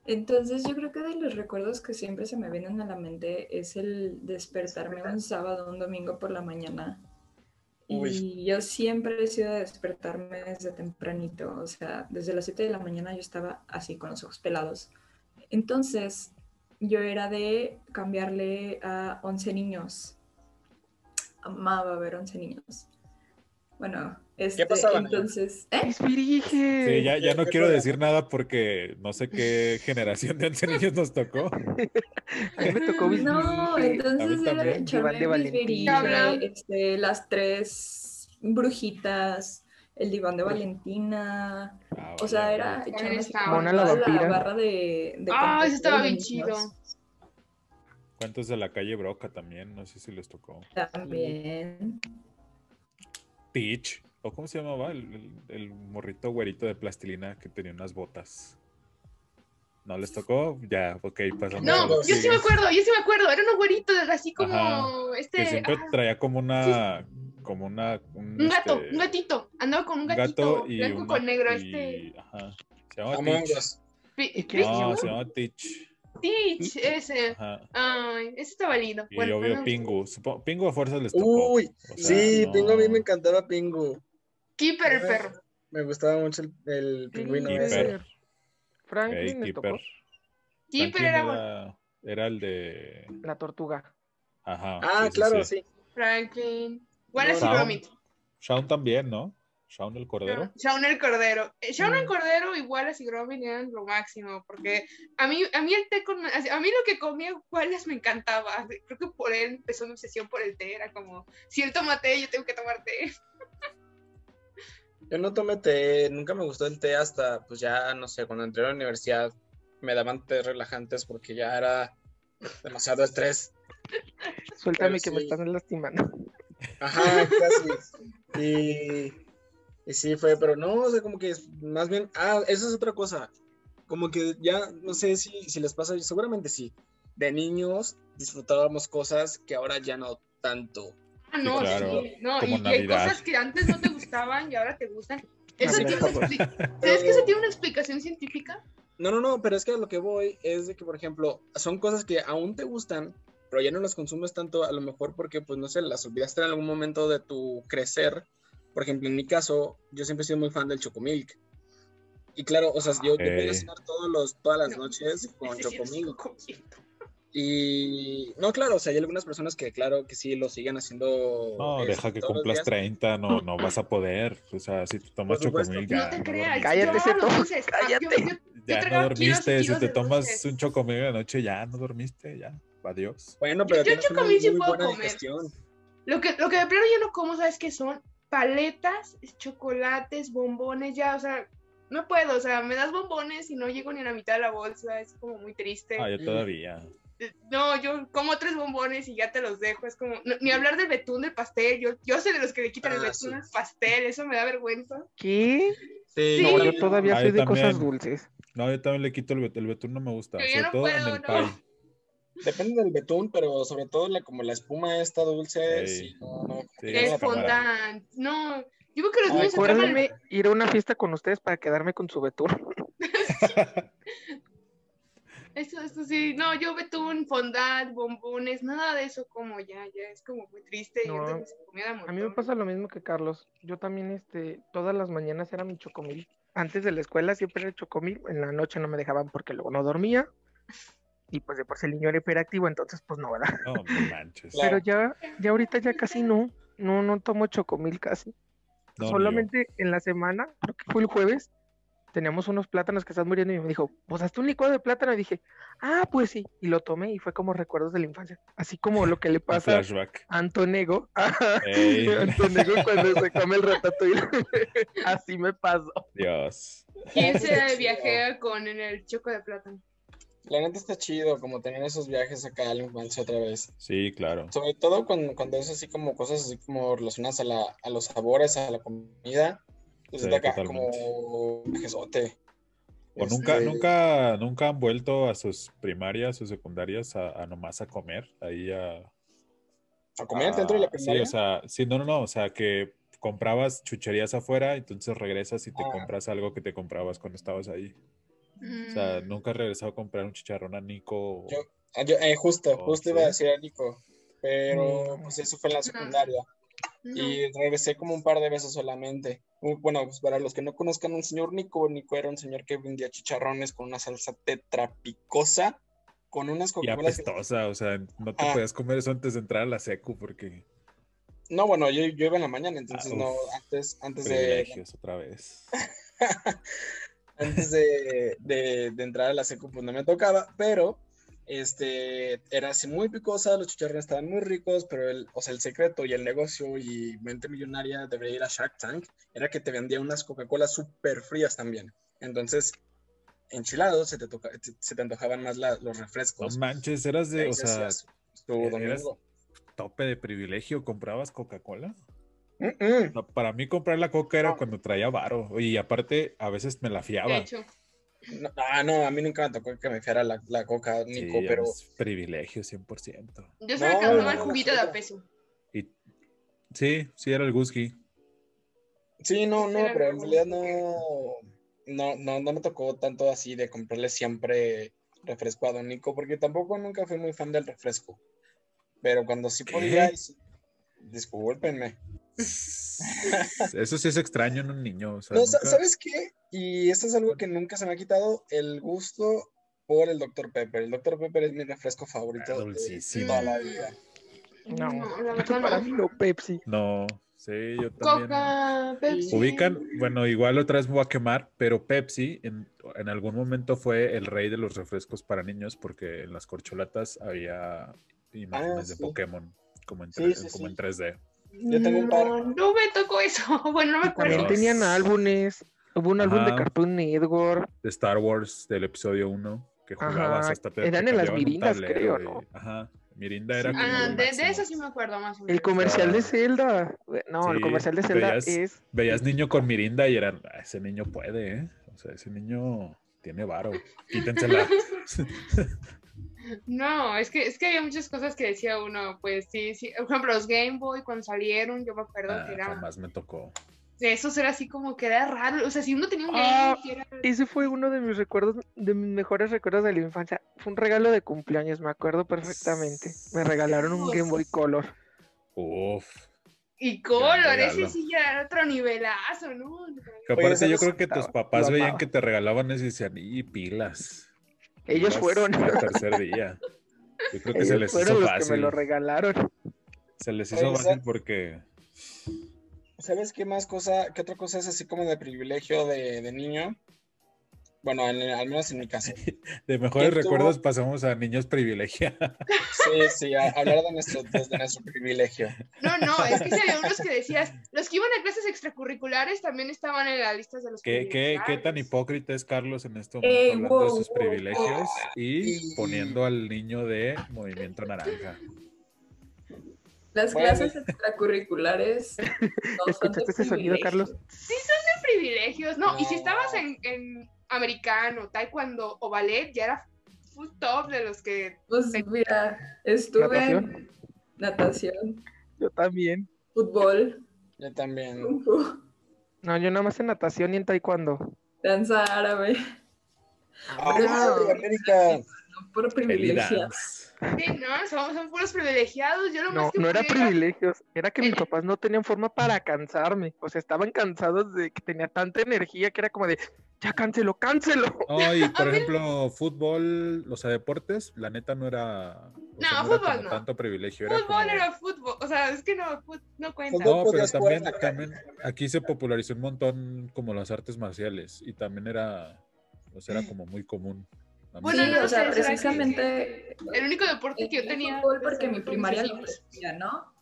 Speaker 5: Entonces yo creo que de los recuerdos que siempre se me vienen a la mente es el despertarme un sábado, un domingo por la mañana Y yo siempre he sido de despertarme desde tempranito, o sea, desde las 7 de la mañana yo estaba así con los ojos pelados. Entonces, yo era de cambiarle a 11 niños. Amaba ver 11 niños. Bueno, este,
Speaker 6: ¿Qué pasaban ahí?
Speaker 5: entonces, ¿eh?
Speaker 3: Espirige.
Speaker 4: Sí, ya, ya no
Speaker 6: ¿Qué
Speaker 4: quiero
Speaker 6: fue?
Speaker 4: decir nada porque no sé qué generación de ancianos nos tocó.
Speaker 3: A mí me tocó Bisbirige.
Speaker 5: No, entonces
Speaker 4: A
Speaker 5: era
Speaker 4: mí también.
Speaker 3: Iván de
Speaker 5: echarme mis
Speaker 3: Valentín.
Speaker 5: virillas, este, las tres brujitas, el diván de Valentina.
Speaker 4: Ah,
Speaker 5: O sea,
Speaker 4: vaya,
Speaker 5: era
Speaker 1: También
Speaker 5: echarme
Speaker 1: estaba.
Speaker 5: toda
Speaker 3: Mona la vampira.
Speaker 5: barra de. de
Speaker 1: Ah,
Speaker 5: contenido
Speaker 1: ese estaba
Speaker 5: de
Speaker 1: bien
Speaker 5: niños
Speaker 1: chido.
Speaker 4: ¿Cuántos de la calle Broca también? No sé si les tocó.
Speaker 5: También.
Speaker 4: Teach. ¿O cómo se llamaba? El, el- el morrito güerito de plastilina que tenía unas botas. ¿No les tocó? Ya, ok, pasamos.
Speaker 1: No,
Speaker 4: a lo que
Speaker 1: yo sí
Speaker 4: sigue.
Speaker 1: me acuerdo, yo sí me acuerdo. Era un güerito, así como
Speaker 4: Ajá, Que
Speaker 1: este.
Speaker 4: siempre
Speaker 1: ajá,
Speaker 4: traía como una. Como una. Un,
Speaker 1: un gato,
Speaker 4: este,
Speaker 1: un gatito. Andaba con un
Speaker 4: un
Speaker 1: gatito
Speaker 4: gato y
Speaker 1: blanco
Speaker 4: una-
Speaker 1: con negro.
Speaker 4: y-
Speaker 1: Este.
Speaker 4: Ajá. Se llamaba
Speaker 6: Among
Speaker 4: Teach.
Speaker 6: Us.
Speaker 1: Pi-
Speaker 3: ¿Qué?
Speaker 4: No,
Speaker 1: Pitch,
Speaker 4: se llamaba Teach.
Speaker 1: Pitch, ese.
Speaker 4: Ajá.
Speaker 1: Ay, ese está válido.
Speaker 4: Y
Speaker 1: Bueno,
Speaker 4: obvio
Speaker 1: no.
Speaker 4: Pingu. Supo- Pingu a fuerzas les tocó.
Speaker 2: Uy,
Speaker 4: O sea,
Speaker 2: sí,
Speaker 4: no.
Speaker 2: Pingo a mí me encantaba Pingo.
Speaker 1: Keeper el perro.
Speaker 2: Me gustaba mucho el, el pingüino
Speaker 4: Keeper.
Speaker 2: ese.
Speaker 3: Franklin me tocó
Speaker 4: Gatekeeper.
Speaker 1: Keeper
Speaker 4: Franklin
Speaker 1: era bueno.
Speaker 4: era, era el de.
Speaker 3: la tortuga.
Speaker 4: Ajá.
Speaker 2: Ah, claro, sí.
Speaker 1: Franklin. Wallace
Speaker 4: Shaun.
Speaker 1: y Gromit.
Speaker 4: Shaun también, ¿no? Shaun el Cordero. Mm.
Speaker 1: Ah, Shaun el Cordero. Eh, Shaun el Cordero y Wallace y Gromit eran lo máximo, porque a mí, a mí el té con... A mí lo que comía Wallace me encantaba. Creo que por él empezó mi obsesión por el té. Era como, si él toma té, yo tengo que tomar té.
Speaker 2: Yo no tomé té, nunca me gustó el té hasta, pues ya, no sé, cuando entré a la universidad me daban té relajantes porque ya era demasiado estrés.
Speaker 3: Suéltame que
Speaker 2: Pero
Speaker 3: me
Speaker 2: sí.
Speaker 3: están lastimando.
Speaker 2: Ajá, casi. Y, y sí fue, pero no, o sea, como que es- más bien, ah, eso es otra cosa. Como que ya, no sé si, si les pasa, seguramente sí. De niños disfrutábamos cosas que ahora ya no tanto.
Speaker 1: Ah, no,
Speaker 4: Sí, claro.
Speaker 1: sí, no.
Speaker 4: Como
Speaker 1: Y, y hay
Speaker 4: Navidad.
Speaker 1: cosas que antes no te gustaban y ahora te gustan. Eso
Speaker 3: Navidad,
Speaker 1: tiene una
Speaker 3: papá.
Speaker 1: expli- ¿Sabes que eso tiene una explicación científica?
Speaker 2: No, no, no, pero es que a lo que voy es de que, por ejemplo, son cosas que aún te gustan, pero ya no las consumes tanto, a lo mejor porque, pues, no sé, las olvidaste en algún momento de tu crecer. Por ejemplo, en mi caso, yo siempre he sido muy fan del Chocomilk. Y claro, o sea, yo, yo podía
Speaker 4: Ah, Ok.
Speaker 2: cenar todos los, todas las
Speaker 1: No.
Speaker 2: noches con
Speaker 1: Ese sí lo sigo
Speaker 2: Chocomilk.
Speaker 1: comiendo.
Speaker 2: Y, no, claro, o sea, hay algunas personas que, claro, que sí lo siguen haciendo.
Speaker 4: No,
Speaker 2: este,
Speaker 4: deja que
Speaker 2: todos los
Speaker 4: cumplas
Speaker 2: días.
Speaker 4: 30, no, no vas a poder. O sea, si te tomas
Speaker 2: Por supuesto.
Speaker 4: chocomil,
Speaker 1: No
Speaker 4: ya.
Speaker 1: te
Speaker 4: no
Speaker 1: creas.
Speaker 4: dormiste.
Speaker 3: Cállate,
Speaker 1: yo
Speaker 3: ese
Speaker 1: amo los
Speaker 3: Tom,
Speaker 1: dulces. Ah, yo-
Speaker 3: cállate.
Speaker 1: yo-
Speaker 4: Ya
Speaker 1: tragaba
Speaker 4: no dormiste.
Speaker 1: kilos y
Speaker 4: Si te
Speaker 1: kilos de
Speaker 4: tomas
Speaker 1: dulces.
Speaker 4: un chocomil en la noche, ya no dormiste, ya. Adiós.
Speaker 2: Bueno, pero
Speaker 1: Yo- yo
Speaker 2: tienes una
Speaker 1: Chocomilk sí
Speaker 2: muy
Speaker 1: puedo
Speaker 2: buena
Speaker 1: comer.
Speaker 2: digestión.
Speaker 1: Lo que, lo que de plano yo no como, ¿sabes qué son? Paletas, chocolates, bombones, ya, o sea, no puedo, o sea, me das bombones y no llego ni a la mitad de la bolsa, es como muy triste.
Speaker 4: Ah, yo
Speaker 2: Mm.
Speaker 4: todavía.
Speaker 1: Eh, No, yo como tres bombones y ya te los dejo, es como, no- ni hablar del betún del pastel, yo, yo sé de los que le quitan el
Speaker 2: Ah,
Speaker 1: betún
Speaker 2: sí.
Speaker 1: al pastel, eso me da vergüenza.
Speaker 3: ¿Qué?
Speaker 2: Sí,
Speaker 1: Sí.
Speaker 3: No, yo
Speaker 2: también.
Speaker 3: todavía
Speaker 4: Ah,
Speaker 3: soy
Speaker 4: yo
Speaker 3: de cosas
Speaker 4: también.
Speaker 3: dulces.
Speaker 4: No, yo también le quito el betún. El betún no me gusta.
Speaker 1: Pero yo
Speaker 4: Sobre
Speaker 1: no
Speaker 4: todo en
Speaker 1: puedo,
Speaker 4: el
Speaker 1: no.
Speaker 4: pie.
Speaker 2: Depende del betún, pero sobre todo la, como la espuma esta dulce,
Speaker 4: Sí.
Speaker 2: sí, no, no.
Speaker 4: Sí,
Speaker 1: El
Speaker 4: no, cámara.
Speaker 1: fondant, no, yo creo que los
Speaker 2: Ay,
Speaker 1: niños se toman
Speaker 3: Recuérdenme ir a una fiesta con ustedes para quedarme con su betún.
Speaker 1: Eso, eso sí, no, yo betún, fondant, bombones, nada de eso como ya, ya es como muy triste. y
Speaker 3: No,
Speaker 1: antes me se comía de
Speaker 3: A mí me
Speaker 1: montón.
Speaker 3: pasa lo mismo que Carlos. Yo también, este, todas las mañanas era mi chocomil. Antes de la escuela siempre era chocomil. En la noche no me dejaban porque luego no dormía. Y pues de por sí el niño era hiperactivo, entonces pues no, ¿verdad?
Speaker 4: No, no manches.
Speaker 2: Claro.
Speaker 3: Pero ya, ya ahorita ya casi no. No, no tomo chocomil casi.
Speaker 4: No, ni yo.
Speaker 3: Solamente en la semana, creo que fue el jueves, teníamos unos plátanos que están muriendo y me dijo, pues hazte un licuado de plátano. Y dije, ah, pues sí. Y lo tomé y fue como recuerdos de la infancia. Así como lo que le
Speaker 4: Un
Speaker 3: pasa
Speaker 4: flashback.
Speaker 3: Antonego.
Speaker 4: Ey.
Speaker 3: Antonego cuando se come el ratatouille. Así me pasó.
Speaker 4: Dios.
Speaker 1: 15
Speaker 2: chido.
Speaker 1: viajea con en el choco de plátano.
Speaker 2: La neta está chido como tener esos viajes acá a la infancia otra vez.
Speaker 4: Sí, claro.
Speaker 2: Sobre todo cuando, cuando es así como cosas así como relacionadas a, la, a los sabores, a la comida. Entonces
Speaker 4: Sí,
Speaker 2: de acá
Speaker 4: totalmente.
Speaker 2: como viajesote.
Speaker 4: O nunca,
Speaker 2: Este,
Speaker 4: nunca, nunca han vuelto a sus primarias, sus secundarias, a, a nomás a comer, ahí a,
Speaker 2: ¿A comer dentro de la
Speaker 4: Ah,
Speaker 2: primaria?
Speaker 4: Sí, o sea, sí, no, no, no, o sea, que comprabas chucherías afuera, entonces regresas y te
Speaker 2: Ah.
Speaker 4: compras algo que te comprabas cuando estabas ahí. O sea,
Speaker 1: Mm.
Speaker 4: nunca has regresado a comprar un chicharrón a Nico. o-
Speaker 2: Yo- Ah, yo- eh, justo,
Speaker 4: Oh,
Speaker 2: justo
Speaker 4: sí.
Speaker 2: iba a decir a Nico. Pero
Speaker 3: Mm.
Speaker 2: pues eso fue en la secundaria. y regresé como un par de veces solamente. Bueno, pues para los que no conozcan al señor Nico, Nico era un señor que vendía chicharrones con una salsa tetrapicosa, con unas
Speaker 4: Y apestosa, o sea, no te
Speaker 2: Ah.
Speaker 4: podías comer eso antes de entrar a la secu porque
Speaker 2: No, bueno, yo, yo iba en la mañana, entonces
Speaker 4: Ah,
Speaker 2: no,
Speaker 4: uf.
Speaker 2: antes, antes de
Speaker 4: privilegios otra vez.
Speaker 2: antes de, de- de entrar a la secu, pues no me tocaba, pero este, era así muy picosa, los chicharrones estaban muy ricos, pero el, o sea, el secreto y el negocio y mente millonaria de ir a Shark Tank era que te vendía unas Coca-Colas súper frías también. Entonces, enchilados, se te, toca- se- se te antojaban más la- los
Speaker 4: No
Speaker 2: refrescos.
Speaker 4: manches, eras de, o
Speaker 2: Entonces,
Speaker 4: sea,
Speaker 2: hacías tu
Speaker 4: eras-
Speaker 2: domingo.
Speaker 4: tope de privilegio, comprabas Coca-Cola.
Speaker 2: Mm, mm.
Speaker 4: No, para mí comprar la coca era
Speaker 2: Ah.
Speaker 3: No.
Speaker 4: cuando traía varo y aparte a veces me la
Speaker 1: De
Speaker 4: fiaba.
Speaker 1: hecho,
Speaker 2: No, ah, no, a mí nunca me tocó que me fiara la, la coca,
Speaker 4: Sí,
Speaker 2: Nico,
Speaker 4: ya
Speaker 2: pero...
Speaker 4: ves, privilegio 100%.
Speaker 1: yo solo
Speaker 2: No,
Speaker 1: alcanzaba el
Speaker 2: no,
Speaker 1: juguito de
Speaker 2: no.
Speaker 1: a peso.
Speaker 4: Y sí, sí era el Guzki.
Speaker 2: Sí, no, no,
Speaker 1: Era
Speaker 2: pero en
Speaker 1: como-
Speaker 2: realidad no, no, no, no me tocó tanto así de comprarle siempre refresco a Don Nico, porque tampoco nunca fui muy fan del refresco. Pero cuando sí
Speaker 4: ¿Qué?
Speaker 2: podía, y sí- discúlpenme.
Speaker 4: Eso sí es extraño en un niño. o sea,
Speaker 2: No, sa-
Speaker 4: nunca-
Speaker 2: ¿sabes qué? Y esto es algo que nunca se me ha quitado, el gusto por el Dr. Pepper. El Dr. Pepper es mi refresco
Speaker 4: Ah,
Speaker 2: favorito de
Speaker 4: dulcísimo.
Speaker 2: toda la vida.
Speaker 3: No.
Speaker 1: No, la
Speaker 3: Para
Speaker 1: verdad
Speaker 3: mí
Speaker 1: no.
Speaker 3: no, Pepsi.
Speaker 4: No, sí, yo también.
Speaker 1: Coca, Pepsi.
Speaker 4: Ubican, bueno, igual otra vez me voy a quemar, pero Pepsi en, en algún momento fue el rey de los refrescos para niños porque en las corcholatas había imágenes de
Speaker 2: Ah, sí.
Speaker 4: Pokémon como en,
Speaker 2: Sí,
Speaker 4: 3,
Speaker 2: sí,
Speaker 4: como
Speaker 2: sí.
Speaker 4: en 3D.
Speaker 2: Yo tengo un par.
Speaker 1: No, no me tocó eso. Bueno, no me acuerdo.
Speaker 3: También
Speaker 4: Dios.
Speaker 3: tenían álbumes. Hubo un álbum de
Speaker 4: Ajá.
Speaker 3: Cartoon Network.
Speaker 4: de Star Wars del episodio 1 que
Speaker 3: Ajá,
Speaker 4: jugabas hasta te-
Speaker 3: eran
Speaker 4: te
Speaker 3: en las
Speaker 4: cambiaban un
Speaker 3: mirindas,
Speaker 4: tablero
Speaker 3: creo,
Speaker 4: y- Ajá, Mirinda era
Speaker 3: Sí.
Speaker 4: como
Speaker 1: Ah,
Speaker 4: lo
Speaker 1: de, de
Speaker 4: máximo.
Speaker 1: eso sí me acuerdo más o menos.
Speaker 3: El comercial de
Speaker 4: Ah.
Speaker 3: Zelda. No, el
Speaker 4: Sí,
Speaker 3: comercial de Zelda
Speaker 4: veías-
Speaker 3: es.
Speaker 4: Veías niño con Mirinda y eran, "Ah, ese niño puede, ¿eh? O sea, ese niño tiene varo, quítensela.
Speaker 1: No, es que, es que había muchas cosas que decía uno, pues sí, sí. Por ejemplo, los Game Boy cuando salieron, yo me acuerdo
Speaker 4: Ah,
Speaker 1: que era...
Speaker 4: jamás me tocó.
Speaker 1: de esos era así como que era raro. O sea, si uno tenía un
Speaker 3: Ah,
Speaker 1: Game Boy, que era...
Speaker 3: Ese fue uno de mis recuerdos, de mis mejores recuerdos de la infancia. Fue un regalo de cumpleaños, me acuerdo perfectamente. Me regalaron un Game Boy Color.
Speaker 4: Uf.
Speaker 1: Y color,
Speaker 4: regalo.
Speaker 1: ese sí ya era otro nivelazo, ¿no?
Speaker 4: Que
Speaker 2: Oye,
Speaker 4: aparte yo
Speaker 2: ¿sabes?
Speaker 4: creo que tus
Speaker 3: Estaba-
Speaker 4: papás
Speaker 3: lo
Speaker 4: veían
Speaker 3: amaba.
Speaker 4: que te regalaban eso y decían, y pilas.
Speaker 3: Ellos
Speaker 4: Pilas
Speaker 3: fueron.
Speaker 4: al tercer día. Yo creo que se
Speaker 3: Ellos
Speaker 4: les hizo
Speaker 3: fueron los que me
Speaker 4: fácil.
Speaker 3: lo regalaron.
Speaker 4: Se les
Speaker 2: Oye,
Speaker 4: hizo
Speaker 2: o sea-
Speaker 4: fácil porque
Speaker 2: ¿Sabes qué más cosa, qué otra cosa es así como de privilegio de, de niño? Bueno, en- al menos en mi caso.
Speaker 4: de mejores
Speaker 2: ¿Quién tuvo-
Speaker 4: recuerdos pasamos a niños privilegiados.
Speaker 2: Sí, sí, a- hablar de nuestro, desde nuestro privilegio.
Speaker 1: No, no, es que sí había unos que decías, los que iban a clases extracurriculares también estaban en las listas de los
Speaker 4: ¿Qué, qué, qué tan
Speaker 1: privilegiados.
Speaker 4: hipócrita es Carlos en este momento
Speaker 5: Ey,
Speaker 4: hablando de
Speaker 5: wow,
Speaker 4: sus
Speaker 5: wow.
Speaker 4: privilegios y
Speaker 2: Y-
Speaker 4: poniendo al niño de Movimiento Naranja?
Speaker 5: Las
Speaker 2: Bueno.
Speaker 5: clases extracurriculares. no son de
Speaker 3: ¿Escuchaste ese sonido,
Speaker 5: privilegio.
Speaker 3: Carlos?
Speaker 1: privilegios, no, y si
Speaker 2: No.
Speaker 1: estabas en, en americano, taekwondo o ballet, ya era full top de los que...
Speaker 5: Pues mira, estuve
Speaker 3: Natación.
Speaker 5: en natación,
Speaker 3: Yo también.
Speaker 5: fútbol,
Speaker 2: Yo también.
Speaker 5: kung fu,
Speaker 3: No, yo nada más en natación y en taekwondo.
Speaker 5: danza árabe,
Speaker 2: Ah,
Speaker 3: no.
Speaker 2: de América!
Speaker 5: no por
Speaker 4: Belly
Speaker 5: privilegio.
Speaker 4: dance.
Speaker 1: Sí, no, son, son puros privilegiados, yo lo
Speaker 3: No,
Speaker 1: más que
Speaker 3: no era
Speaker 1: pude
Speaker 3: privilegios, era que mis
Speaker 1: El-
Speaker 3: papás no tenían forma para cansarme. O sea, estaban cansados de que tenía tanta energía que era como de, ya cáncelo, cáncelo.
Speaker 4: No, y por ejemplo, fútbol, o sea, deportes, la neta no era, o sea,
Speaker 1: No,
Speaker 4: era
Speaker 1: fútbol
Speaker 4: como
Speaker 1: no.
Speaker 4: tanto privilegio. Era
Speaker 1: Fútbol
Speaker 4: como-
Speaker 1: era fútbol, o sea, es que no, fut- no cuenta.
Speaker 2: Fútbol
Speaker 4: No, pero
Speaker 2: podías jugar
Speaker 4: también,
Speaker 2: en la calle.
Speaker 4: también aquí se popularizó un montón como las artes marciales y también era, o sea, era como muy común. A mí
Speaker 1: Bueno,
Speaker 4: se me
Speaker 5: sí,
Speaker 1: no,
Speaker 5: o sea,
Speaker 1: sé, será que-
Speaker 5: precisamente
Speaker 1: El único deporte que yo
Speaker 5: el
Speaker 1: tenía... pues,
Speaker 5: fútbol porque mi
Speaker 1: fue
Speaker 5: primaria lo
Speaker 1: necesario.
Speaker 5: ofrecía, ¿no?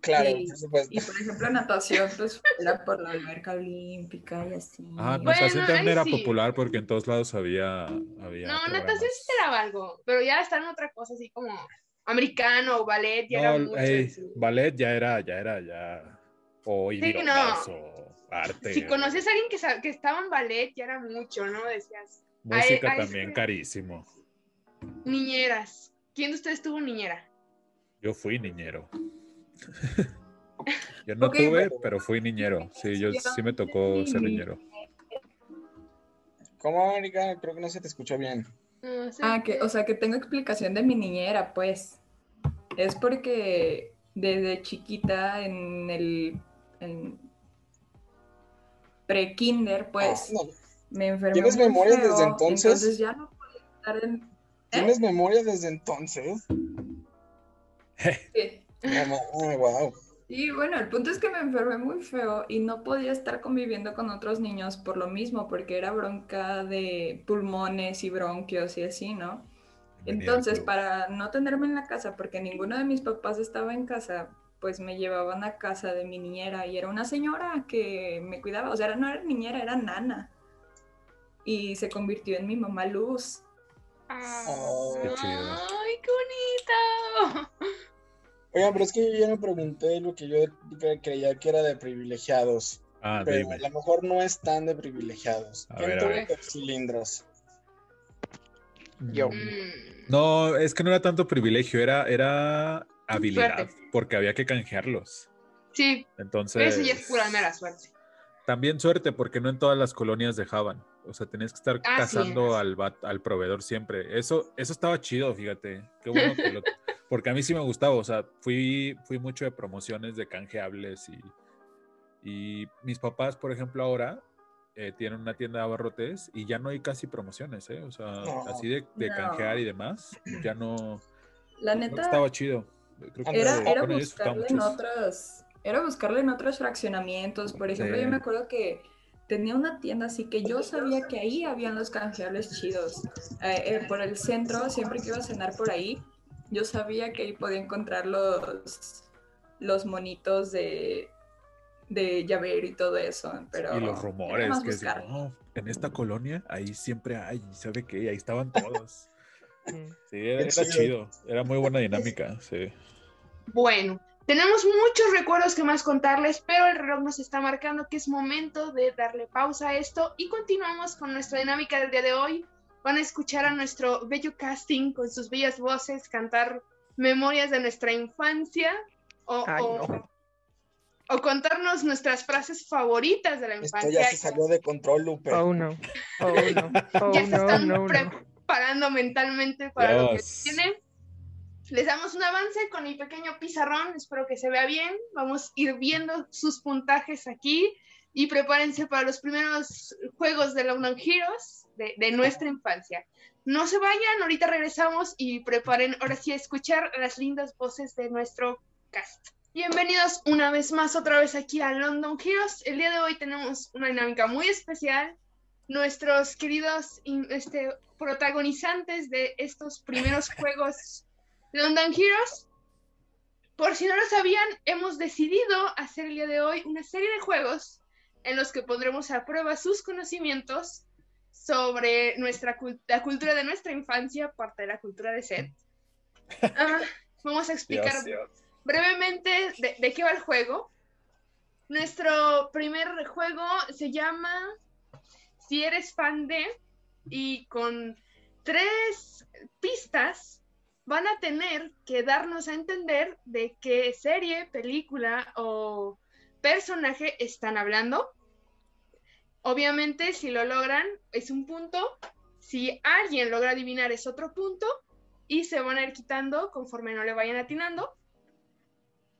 Speaker 2: Claro,
Speaker 5: Y-
Speaker 2: por supuesto.
Speaker 5: Y por ejemplo natación pues era por la alberca olímpica y así.
Speaker 4: Ah,
Speaker 1: Bueno,
Speaker 4: natación
Speaker 1: ahí
Speaker 4: también era
Speaker 1: sí.
Speaker 4: popular porque en todos lados había. había
Speaker 1: No,
Speaker 4: programas.
Speaker 1: natación sí te daba algo, pero ya estar en otra cosa así como americano o ballet, ya era
Speaker 4: No,
Speaker 1: mucho.
Speaker 4: ey,
Speaker 1: sí.
Speaker 4: ballet ya era, ya era, ya. O idiomas o arte.
Speaker 1: Si conoces a alguien que, sa- que estaba en ballet, ya era mucho, ¿no? Decías,
Speaker 4: Música
Speaker 1: a- a
Speaker 4: también
Speaker 1: este-
Speaker 4: carísimo.
Speaker 1: niñeras. ¿Quién de ustedes tuvo niñera?
Speaker 4: Yo fui niñero. yo no
Speaker 5: Ok,
Speaker 4: tuve,
Speaker 2: bueno.
Speaker 4: pero fui niñero. Sí, yo sí me tocó ser niñero.
Speaker 2: ¿Cómo, América? Creo que no se te escuchó bien.
Speaker 1: No sé.
Speaker 5: Ah, que, o sea, que tengo explicación de mi niñera, pues. Es porque desde chiquita en el en pre-kinder, pues,
Speaker 1: Oh,
Speaker 6: Ah, no.
Speaker 5: me enfermé.
Speaker 6: ¿Tienes
Speaker 5: muy
Speaker 6: memorias
Speaker 5: feo,
Speaker 6: desde entonces?
Speaker 5: Entonces ya no podía estar en...
Speaker 6: ¿Tienes memoria desde entonces?
Speaker 5: Sí.
Speaker 6: wow.
Speaker 5: Y bueno, el punto es que me enfermé muy feo y no podía estar conviviendo con otros niños por lo mismo, porque era bronca de pulmones y bronquios y así, ¿no? Entonces, para no tenerme en la casa, porque ninguno de mis papás estaba en casa, pues me llevaban a casa de mi niñera y era una señora que me cuidaba, o sea, era- no era niñera, era nana. Y se convirtió en mi mamá Luz.
Speaker 6: Oh,
Speaker 4: qué chido.
Speaker 1: ah, ¡Ay, qué bonito!
Speaker 6: Oigan, pero es que yo ya me pregunté lo que yo cre- creía que era de privilegiados.
Speaker 4: Ah,
Speaker 6: pero
Speaker 4: dime.
Speaker 6: a lo mejor no es tan de privilegiados.
Speaker 4: A
Speaker 6: ¿Quién
Speaker 4: ver, a
Speaker 6: tuvo
Speaker 4: ver.
Speaker 6: dos cilindros?
Speaker 3: Yo.
Speaker 4: Mm.
Speaker 1: Mm.
Speaker 4: No, es que no era tanto privilegio, era, era habilidad,
Speaker 1: Suerte.
Speaker 4: porque había que canjearlos.
Speaker 1: Sí,
Speaker 4: Entonces,
Speaker 1: pero eso ya es pura mera suerte.
Speaker 4: también suerte, porque no en todas las colonias dejaban. O sea, tenías que estar
Speaker 1: Ah, sí.
Speaker 4: cazando al, vat- al proveedor siempre. Eso, eso estaba chido, fíjate. Qué bueno que lo- Porque a mí sí me gustaba, o sea, fui, fui mucho de promociones de canjeables y, y mis papás, por ejemplo, ahora eh, tienen una tienda de abarrotes y ya no hay casi promociones, ¿eh? O sea,
Speaker 6: No.
Speaker 4: así de, de
Speaker 5: No.
Speaker 4: canjear y demás, ya no...
Speaker 5: La
Speaker 4: Creo que
Speaker 5: neta...
Speaker 4: Estaba chido. Creo que
Speaker 5: Era,
Speaker 6: Entonces,
Speaker 5: era
Speaker 4: bueno, yo disfrutaba
Speaker 5: buscarle
Speaker 4: mucho
Speaker 5: en
Speaker 4: eso.
Speaker 5: otros, era buscarle en otros fraccionamientos. Por ejemplo,
Speaker 4: Sí.
Speaker 5: yo me acuerdo que tenía una tienda así que yo sabía que ahí habían los canjeables chidos. Eh, eh, por el centro, siempre que iba a cenar por ahí, yo sabía que ahí podía encontrar los, los monitos de, de llavero y todo eso. Pero
Speaker 4: Y los
Speaker 5: era
Speaker 4: rumores
Speaker 5: más
Speaker 4: que decían,
Speaker 5: buscar.
Speaker 4: "No, en esta colonia ahí siempre hay, ¿sabe qué? Ahí estaban todos.
Speaker 3: Mm.
Speaker 4: Sí, era,
Speaker 6: Qué
Speaker 4: era
Speaker 6: chido.
Speaker 4: chido, era muy buena dinámica, sí.
Speaker 1: Bueno, tenemos muchos recuerdos que más contarles, pero el reloj nos está marcando que es momento de darle pausa a esto y continuamos con nuestra dinámica del día de hoy. Van a escuchar a nuestro bello casting con sus bellas voces cantar memorias de nuestra infancia o,
Speaker 3: Ay,
Speaker 1: o-
Speaker 3: no.
Speaker 1: o contarnos nuestras frases favoritas de la
Speaker 6: Esto
Speaker 1: infancia.
Speaker 6: ya se salió de control, Lupe.
Speaker 3: Oh no. Oh no. Oh
Speaker 1: Ya se
Speaker 3: no,
Speaker 1: están
Speaker 3: no, no.
Speaker 1: preparando mentalmente para lo que
Speaker 4: Dios.
Speaker 1: viene. Les damos un avance con mi pequeño pizarrón, espero que se vea bien. Vamos a ir viendo sus puntajes aquí y prepárense para los primeros juegos de London Heroes de, de nuestra infancia. No se vayan, ahorita regresamos y preparen ahora sí a escuchar las lindas voces de nuestro cast. Bienvenidos una vez más, otra vez aquí a London Heroes. El día de hoy tenemos una dinámica muy especial nuestros queridos in- este, protagonizantes de estos primeros juegos London Heroes. Por si no lo sabían, hemos decidido hacer el día de hoy una serie de juegos en los que pondremos a prueba sus conocimientos sobre nuestra cul- la cultura de nuestra infancia, parte de la cultura de Seth. Ah, vamos a explicar
Speaker 4: Dios, Dios.
Speaker 1: brevemente de, de qué va el juego. Nuestro primer juego se llama Si eres fan de y con tres pistas van a tener que darnos a entender de qué serie, película o personaje están hablando. Obviamente, si lo logran, es un punto. Si alguien logra adivinar, es otro punto. Y se van a ir quitando conforme no le vayan atinando.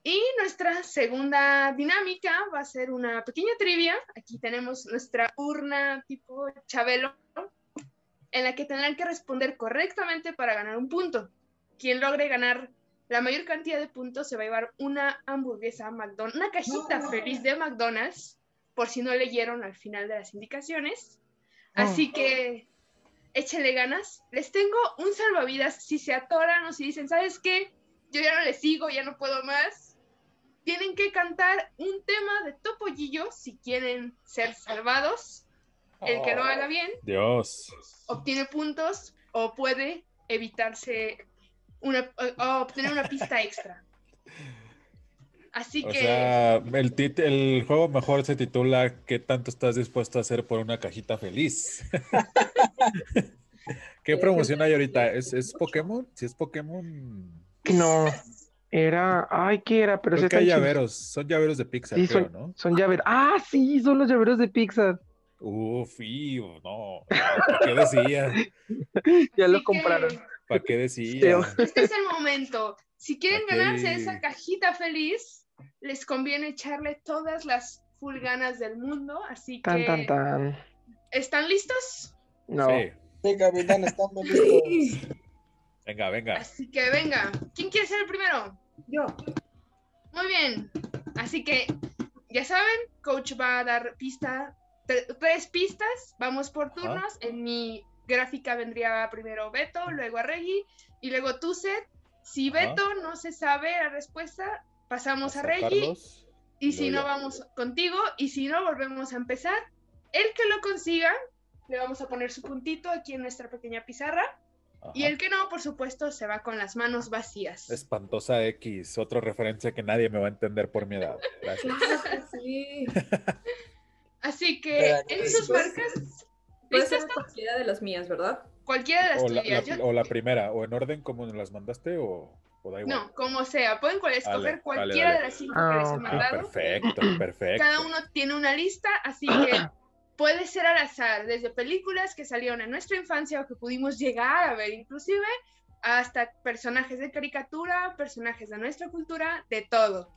Speaker 1: Y nuestra segunda dinámica va a ser una pequeña trivia. Aquí tenemos nuestra urna tipo Chabelo, en la que tendrán que responder correctamente para ganar un punto. Quien logre ganar la mayor cantidad de puntos se va a llevar una hamburguesa McDonald's, una cajita feliz de McDonald's, por si no leyeron al final de las indicaciones. Así que échenle ganas. Les tengo un salvavidas si se atoran o si dicen, ¿sabes qué? yo ya no le sigo, ya no puedo más. Tienen que cantar un tema de Topollillo si quieren ser salvados. El que lo haga
Speaker 2: Oh.
Speaker 1: bien
Speaker 4: Dios.
Speaker 1: obtiene puntos o puede evitarse una, o- o obtener una pista extra. Así
Speaker 4: O
Speaker 1: que
Speaker 4: sea, el, tit- el juego mejor se titula ¿Qué tanto estás dispuesto a hacer por una cajita feliz? ¿Qué promoción hay ahorita? ¿Es, es Pokémon? Si es Pokémon,
Speaker 3: No. Era. Ay, ¿qué era? Pero sí
Speaker 4: creo que hay
Speaker 3: están chidos.
Speaker 4: llaveros, son llaveros de Pixar,
Speaker 3: Sí,
Speaker 4: creo, ¿no?
Speaker 3: Son llaveros. Ah, sí, son los llaveros de Pixar.
Speaker 4: Uf, y, no, ¿para qué decía?
Speaker 3: Ya lo
Speaker 1: así que
Speaker 3: compraron.
Speaker 4: ¿Para qué decía?
Speaker 1: este es el momento. Si quieren
Speaker 4: Ok.
Speaker 1: ganarse esa cajita feliz, les conviene echarle todas las full ganas del mundo. Así que,
Speaker 3: Tan, tan, tan.
Speaker 1: ¿están listos?
Speaker 3: No.
Speaker 4: Sí.
Speaker 6: Sí, capitán, estamos listos.
Speaker 4: Venga, venga.
Speaker 1: Así que venga, ¿quién quiere ser el primero?
Speaker 5: Yo.
Speaker 1: Muy bien. Así que, ya saben, coach va a dar pista, tre- tres pistas. Vamos por turnos. En mi gráfica vendría primero Beto, luego a Reggie y luego tú, Seth. Si
Speaker 4: Ajá.
Speaker 1: Beto no se sabe la respuesta, pasamos a
Speaker 4: Pasa
Speaker 1: Reggie.
Speaker 4: Carlos.
Speaker 1: Y si
Speaker 4: Luego
Speaker 1: no,
Speaker 4: yo.
Speaker 1: vamos contigo. Y si no, volvemos a empezar. El que lo consiga, le vamos a poner su puntito aquí en nuestra pequeña pizarra.
Speaker 4: Ajá.
Speaker 1: Y el que no, por supuesto, se va con las manos vacías.
Speaker 4: Espantosa X, otra referencia que nadie me va a entender por mi edad. Gracias.
Speaker 5: Sí.
Speaker 1: Así que
Speaker 6: Espera,
Speaker 1: en
Speaker 6: ¿qué
Speaker 1: sus
Speaker 6: dices?
Speaker 1: marcas,
Speaker 5: Puede
Speaker 1: ¿listos?
Speaker 5: ser cualquiera de las mías, ¿verdad?
Speaker 1: Cualquiera de las
Speaker 4: O la,
Speaker 1: tuyas.
Speaker 4: la-
Speaker 1: yo-
Speaker 4: o la primera, o en orden como nos las mandaste, o, o da igual.
Speaker 1: no, como sea, pueden cual- escoger
Speaker 4: Dale,
Speaker 1: cualquiera
Speaker 4: dale,
Speaker 1: de
Speaker 4: dale.
Speaker 1: las cinco
Speaker 3: Ah,
Speaker 1: que les he
Speaker 3: ok.
Speaker 4: Ah,
Speaker 1: mandado.
Speaker 4: perfecto, perfecto.
Speaker 1: Cada uno tiene una lista, así que puede ser al azar, desde películas que salieron en nuestra infancia o que pudimos llegar a ver inclusive, hasta personajes de caricatura, personajes de nuestra cultura, de todo.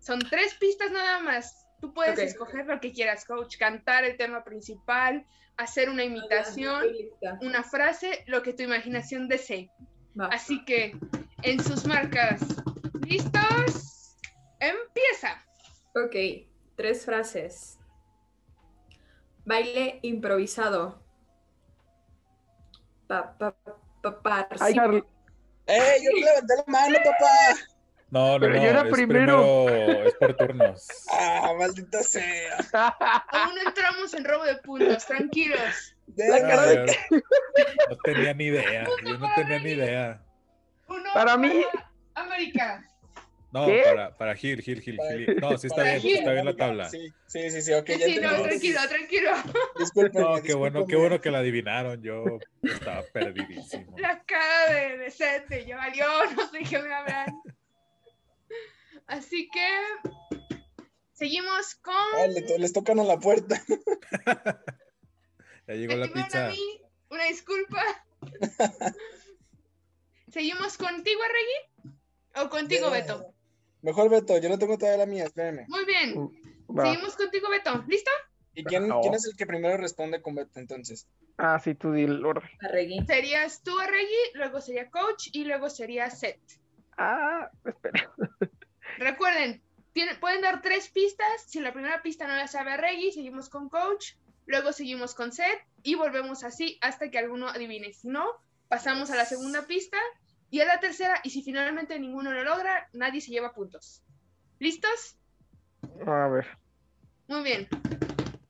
Speaker 1: Son tres pistas nada más. Tú puedes
Speaker 5: Ok.
Speaker 1: escoger lo que quieras, coach, cantar el tema principal, hacer una imitación,
Speaker 5: Estoy lista.
Speaker 1: una frase, lo que tu imaginación desee.
Speaker 5: Va.
Speaker 1: Así que, en sus marcas, ¿listos? Empieza.
Speaker 5: Ok, tres frases. Baile improvisado. Pa, pa, pa, par-
Speaker 3: Ay, Carl-
Speaker 6: ¡Eh, yo te levanté la mano, papá!
Speaker 4: No, no,
Speaker 3: Pero
Speaker 4: no,
Speaker 3: yo era
Speaker 4: es
Speaker 3: primero.
Speaker 4: primero, Es por turnos.
Speaker 6: ¡Ah, maldita sea!
Speaker 1: Aún no entramos en robo de puntos, tranquilos.
Speaker 6: De
Speaker 3: La
Speaker 4: A
Speaker 3: cara de-
Speaker 4: ver, no tenía ni idea. Yo no tenía ni idea.
Speaker 1: Uno
Speaker 3: Para mí.
Speaker 1: América.
Speaker 4: No,
Speaker 3: ¿Qué?
Speaker 4: para, para Gil, Gil, Gil, Gil. No, sí está
Speaker 6: Para
Speaker 4: bien,
Speaker 6: Gil.
Speaker 4: está bien la tabla.
Speaker 6: Sí, sí, sí, sí, ok,
Speaker 1: Sí,
Speaker 6: ya
Speaker 1: sí, no,
Speaker 6: tenemos.
Speaker 1: tranquilo, tranquilo.
Speaker 6: Discúlpenme,
Speaker 4: No, qué bueno, qué
Speaker 6: discúlpenme.
Speaker 4: bueno que la adivinaron. Yo estaba perdidísimo.
Speaker 1: La cara de decente, ya valió, no sé qué me hablan. Así que seguimos con.
Speaker 6: Ah, le to- les tocan a la puerta.
Speaker 4: Ya llegó la
Speaker 1: Estimaron a
Speaker 4: pizza.
Speaker 1: mí, una disculpa. seguimos contigo, Reggie. O contigo, Beto.
Speaker 6: Mejor Beto, yo no tengo todavía la mía, espérenme.
Speaker 1: Muy bien.
Speaker 3: Va.
Speaker 1: Seguimos contigo, Beto. ¿Listo?
Speaker 6: ¿Y quién,
Speaker 4: Ah,
Speaker 3: No.
Speaker 4: oh.
Speaker 6: quién es el que primero responde con Beto entonces?
Speaker 3: Ah, sí, tú di el orden.
Speaker 5: Arregui.
Speaker 1: Serías tú, Reggie, luego sería Coach y luego sería Seth.
Speaker 3: Ah, espera.
Speaker 1: Recuerden, tienen- pueden dar tres pistas. Si la primera pista no la sabe Reggie, seguimos con Coach, luego seguimos con Seth y volvemos así hasta que alguno adivine. Si no, pasamos a la segunda pista y a la tercera. Y si finalmente ninguno lo logra, nadie se lleva puntos. ¿Listos?
Speaker 3: A ver.
Speaker 1: Muy bien.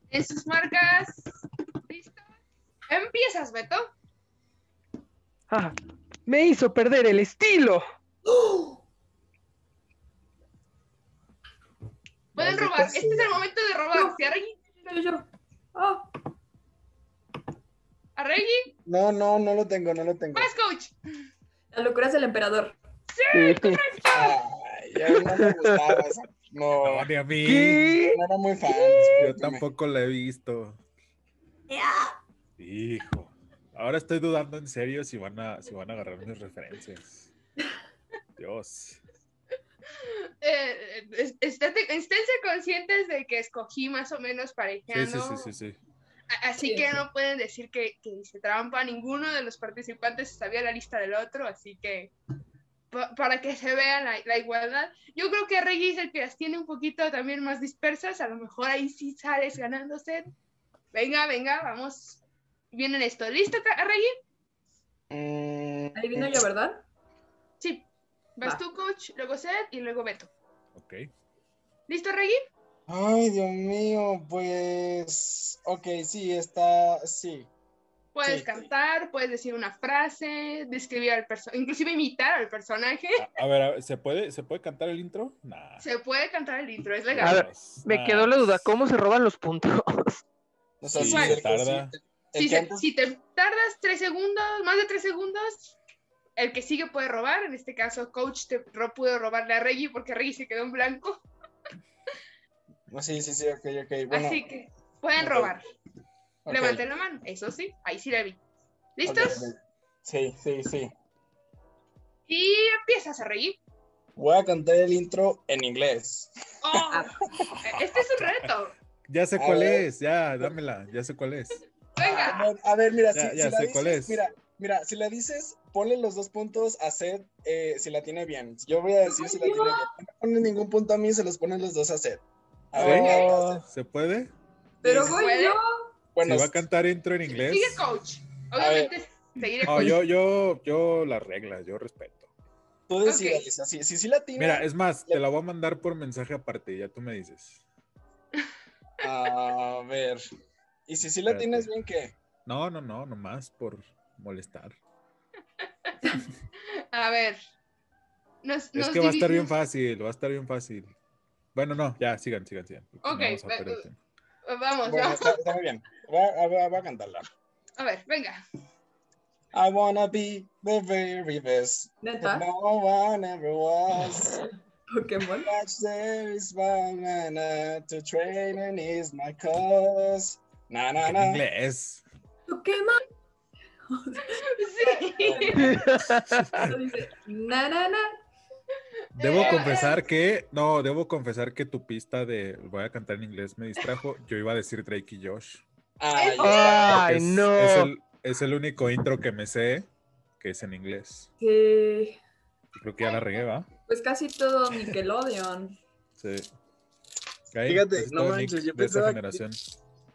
Speaker 1: En sus marcas. ¿Listos? Empiezas, Beto.
Speaker 3: Ah, me hizo perder el estilo.
Speaker 1: Pueden
Speaker 6: Maldita
Speaker 1: robar. Este es
Speaker 6: sea.
Speaker 1: el momento de robar. Si a Reggie,
Speaker 5: Yo, yo. Oh,
Speaker 1: a Reggie,
Speaker 6: No, no, no lo tengo, no lo tengo.
Speaker 1: vas, Coach.
Speaker 5: las locuras del emperador.
Speaker 3: Sí.
Speaker 6: Ay, ya no me gustaba esa. No,
Speaker 4: No, ni a mí.
Speaker 3: ¿Qué?
Speaker 6: no era muy fan.
Speaker 4: Yo
Speaker 6: discúlpenme.
Speaker 4: tampoco la he visto. Hijo. Ahora estoy dudando en serio si van a, si van a agarrar mis referencias. Dios.
Speaker 1: Eh, es- estate- esténse conscientes de que escogí más o menos
Speaker 4: Sí,
Speaker 1: parejano.
Speaker 4: sí, sí, sí, sí.
Speaker 1: A- Así
Speaker 5: Sí,
Speaker 1: que
Speaker 5: sí.
Speaker 1: no pueden decir que, que hice trampa. Ninguno de los participantes sabía la lista del otro, así que pa- para que se vea la, la igualdad. Yo creo que Reggie es el que las tiene un poquito también más dispersas. A lo mejor ahí sí sales ganándose. Venga, venga, vamos. Vienen esto. ¿Listo, Ca- Reggie?
Speaker 6: Mm,
Speaker 5: Adivino yo, ¿verdad?
Speaker 1: Sí. Vas
Speaker 5: Va.
Speaker 1: tú, coach, luego Seth y luego Beto.
Speaker 4: Ok.
Speaker 1: ¿Listo, Reggie?
Speaker 6: Ay, Dios mío, pues. Ok, sí, está. Sí.
Speaker 1: Puedes
Speaker 6: Sí.
Speaker 1: cantar, puedes decir una frase, describir al personaje, inclusive imitar al personaje.
Speaker 4: A, a ver, a ver, ¿se puede, ¿se puede cantar el intro? Nah.
Speaker 1: Se puede cantar el intro, es
Speaker 3: A
Speaker 1: legal.
Speaker 3: ver,
Speaker 4: Ah.
Speaker 3: Me quedó la duda, ¿cómo se roban los puntos?
Speaker 6: O sea,
Speaker 4: Sí,
Speaker 6: sí,
Speaker 1: se
Speaker 6: el que
Speaker 4: tarda.
Speaker 6: sí- el
Speaker 1: Si,
Speaker 6: que
Speaker 1: se-
Speaker 6: antes-
Speaker 1: si te tardas tres segundos, más de tres segundos, el que sigue puede robar. En este caso, Coach te ro- pudo robarle a Reggie porque Reggie se quedó en blanco.
Speaker 6: Sí, sí, sí, ok, ok. Bueno,
Speaker 1: Así que pueden
Speaker 6: ok,
Speaker 1: robar.
Speaker 6: ok,
Speaker 1: Levanten la mano, eso sí, ahí sí la vi.
Speaker 6: ok,
Speaker 1: ¿Listos?
Speaker 6: ok. Sí, sí, sí.
Speaker 1: Y empiezas a Reggie.
Speaker 6: Voy a cantar el intro en inglés.
Speaker 1: Oh,
Speaker 4: Ah.
Speaker 1: este es un reto.
Speaker 4: Ya sé
Speaker 6: A
Speaker 4: cuál
Speaker 6: ver.
Speaker 4: es, ya, dámela, ya sé cuál es. Ah,
Speaker 1: Venga.
Speaker 6: No, a ver, mira,
Speaker 4: Ya-
Speaker 6: si,
Speaker 4: ya
Speaker 6: si la
Speaker 4: sé
Speaker 6: dices,
Speaker 4: cuál es.
Speaker 6: mira, mira, si la dices, ponle los dos puntos a Seth eh, si la tiene bien. Yo voy a decir si la tiene bien. No me ponen ningún punto a mí, se los ponen los dos a Seth. A ver,
Speaker 4: ¿Sí?
Speaker 6: ya lo hace.
Speaker 4: ¿Se puede?
Speaker 5: Pero
Speaker 6: Sí.
Speaker 5: voy
Speaker 1: ¿Puede?
Speaker 5: yo.
Speaker 6: bueno,
Speaker 4: ¿Se va a cantar intro en inglés?
Speaker 1: Sigue coach. Obviamente, seguiré
Speaker 4: No,
Speaker 1: coach.
Speaker 4: yo, yo, yo las reglas, yo respeto.
Speaker 6: tú decides, así, si sí la tiene,
Speaker 4: Mira, es más, te la voy a mandar por mensaje aparte, ya tú me dices.
Speaker 6: a ver. Y si sí la
Speaker 4: Espérate.
Speaker 6: tienes bien, ¿qué?
Speaker 4: No, no, no, nomás por molestar.
Speaker 1: A ver. Nos,
Speaker 4: Es
Speaker 1: nos
Speaker 4: que va a estar bien
Speaker 1: dividimos.
Speaker 4: fácil, va a estar bien fácil. Bueno, no, ya, sigan, sigan, sigan. porque no
Speaker 1: Ok,
Speaker 4: vamos a
Speaker 1: va-
Speaker 4: perder el tiempo.
Speaker 1: Vamos,
Speaker 6: Bueno,
Speaker 1: vamos.
Speaker 6: está, está muy bien. Voy a, voy a- voy a cantarla.
Speaker 1: A ver, venga.
Speaker 6: I wanna be the very best. that
Speaker 5: Neta,
Speaker 6: No one ever was.
Speaker 5: Pokémon.
Speaker 6: Watch there is my manner to train and is my cause. Na na
Speaker 4: En
Speaker 6: na.
Speaker 4: inglés.
Speaker 5: Pokémon.
Speaker 4: Ah,
Speaker 1: Sí.
Speaker 5: Dice, na, na, na.
Speaker 4: Debo
Speaker 1: Eh,
Speaker 4: confesar que, no, debo confesar que tu pista de voy a cantar en inglés me distrajo. Yo iba a decir Drake y Josh.
Speaker 6: Ay,
Speaker 3: Ay,
Speaker 4: es-
Speaker 3: no.
Speaker 4: Es el, es el único intro que me sé que es en inglés.
Speaker 5: Sí,
Speaker 4: Creo que ya la regué, ¿va?
Speaker 5: pues casi todo Nickelodeon.
Speaker 4: Sí. Ahí,
Speaker 2: Fíjate,
Speaker 4: ese es
Speaker 2: no
Speaker 4: todo
Speaker 2: manches,
Speaker 4: Nick de
Speaker 2: yo
Speaker 4: esa
Speaker 2: pensaba que-
Speaker 4: generación.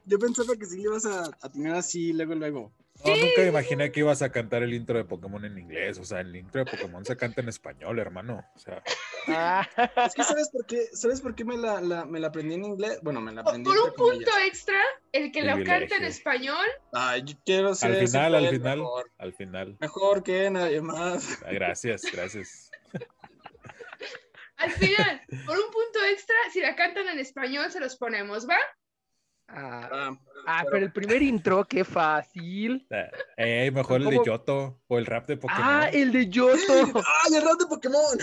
Speaker 2: Yo pensaba que sí le ibas a atinar así, luego, luego.
Speaker 4: No, nunca imaginé que ibas a cantar el intro de Pokémon en inglés. O sea, el intro de Pokémon se canta en español, hermano. O sea,
Speaker 3: Ah,
Speaker 2: Es que ¿sabes por qué, ¿sabes por qué me, la, la- me la aprendí en inglés? Bueno, me la
Speaker 1: Por
Speaker 2: aprendí
Speaker 1: por un
Speaker 2: entre comillas.
Speaker 1: punto extra, el que lo canta en
Speaker 4: Privilegio.
Speaker 1: español,
Speaker 2: Ay, yo quiero ser
Speaker 4: al final,
Speaker 2: siempre
Speaker 4: al
Speaker 2: el
Speaker 4: final,
Speaker 2: Mejor,
Speaker 4: al final.
Speaker 2: mejor que nadie más.
Speaker 4: Ah, Gracias, gracias.
Speaker 1: al final, por un punto extra, si la cantan en español, se los ponemos, ¿va?
Speaker 3: ah,
Speaker 2: Ah,
Speaker 3: ah, pero el primer intro, qué fácil.
Speaker 4: Ah, eh, mejor el de
Speaker 3: ¿Cómo?
Speaker 4: Yoto o el rap de Pokémon.
Speaker 3: Ah, el de Yoto,
Speaker 2: ¡Ay, el rap de Pokémon!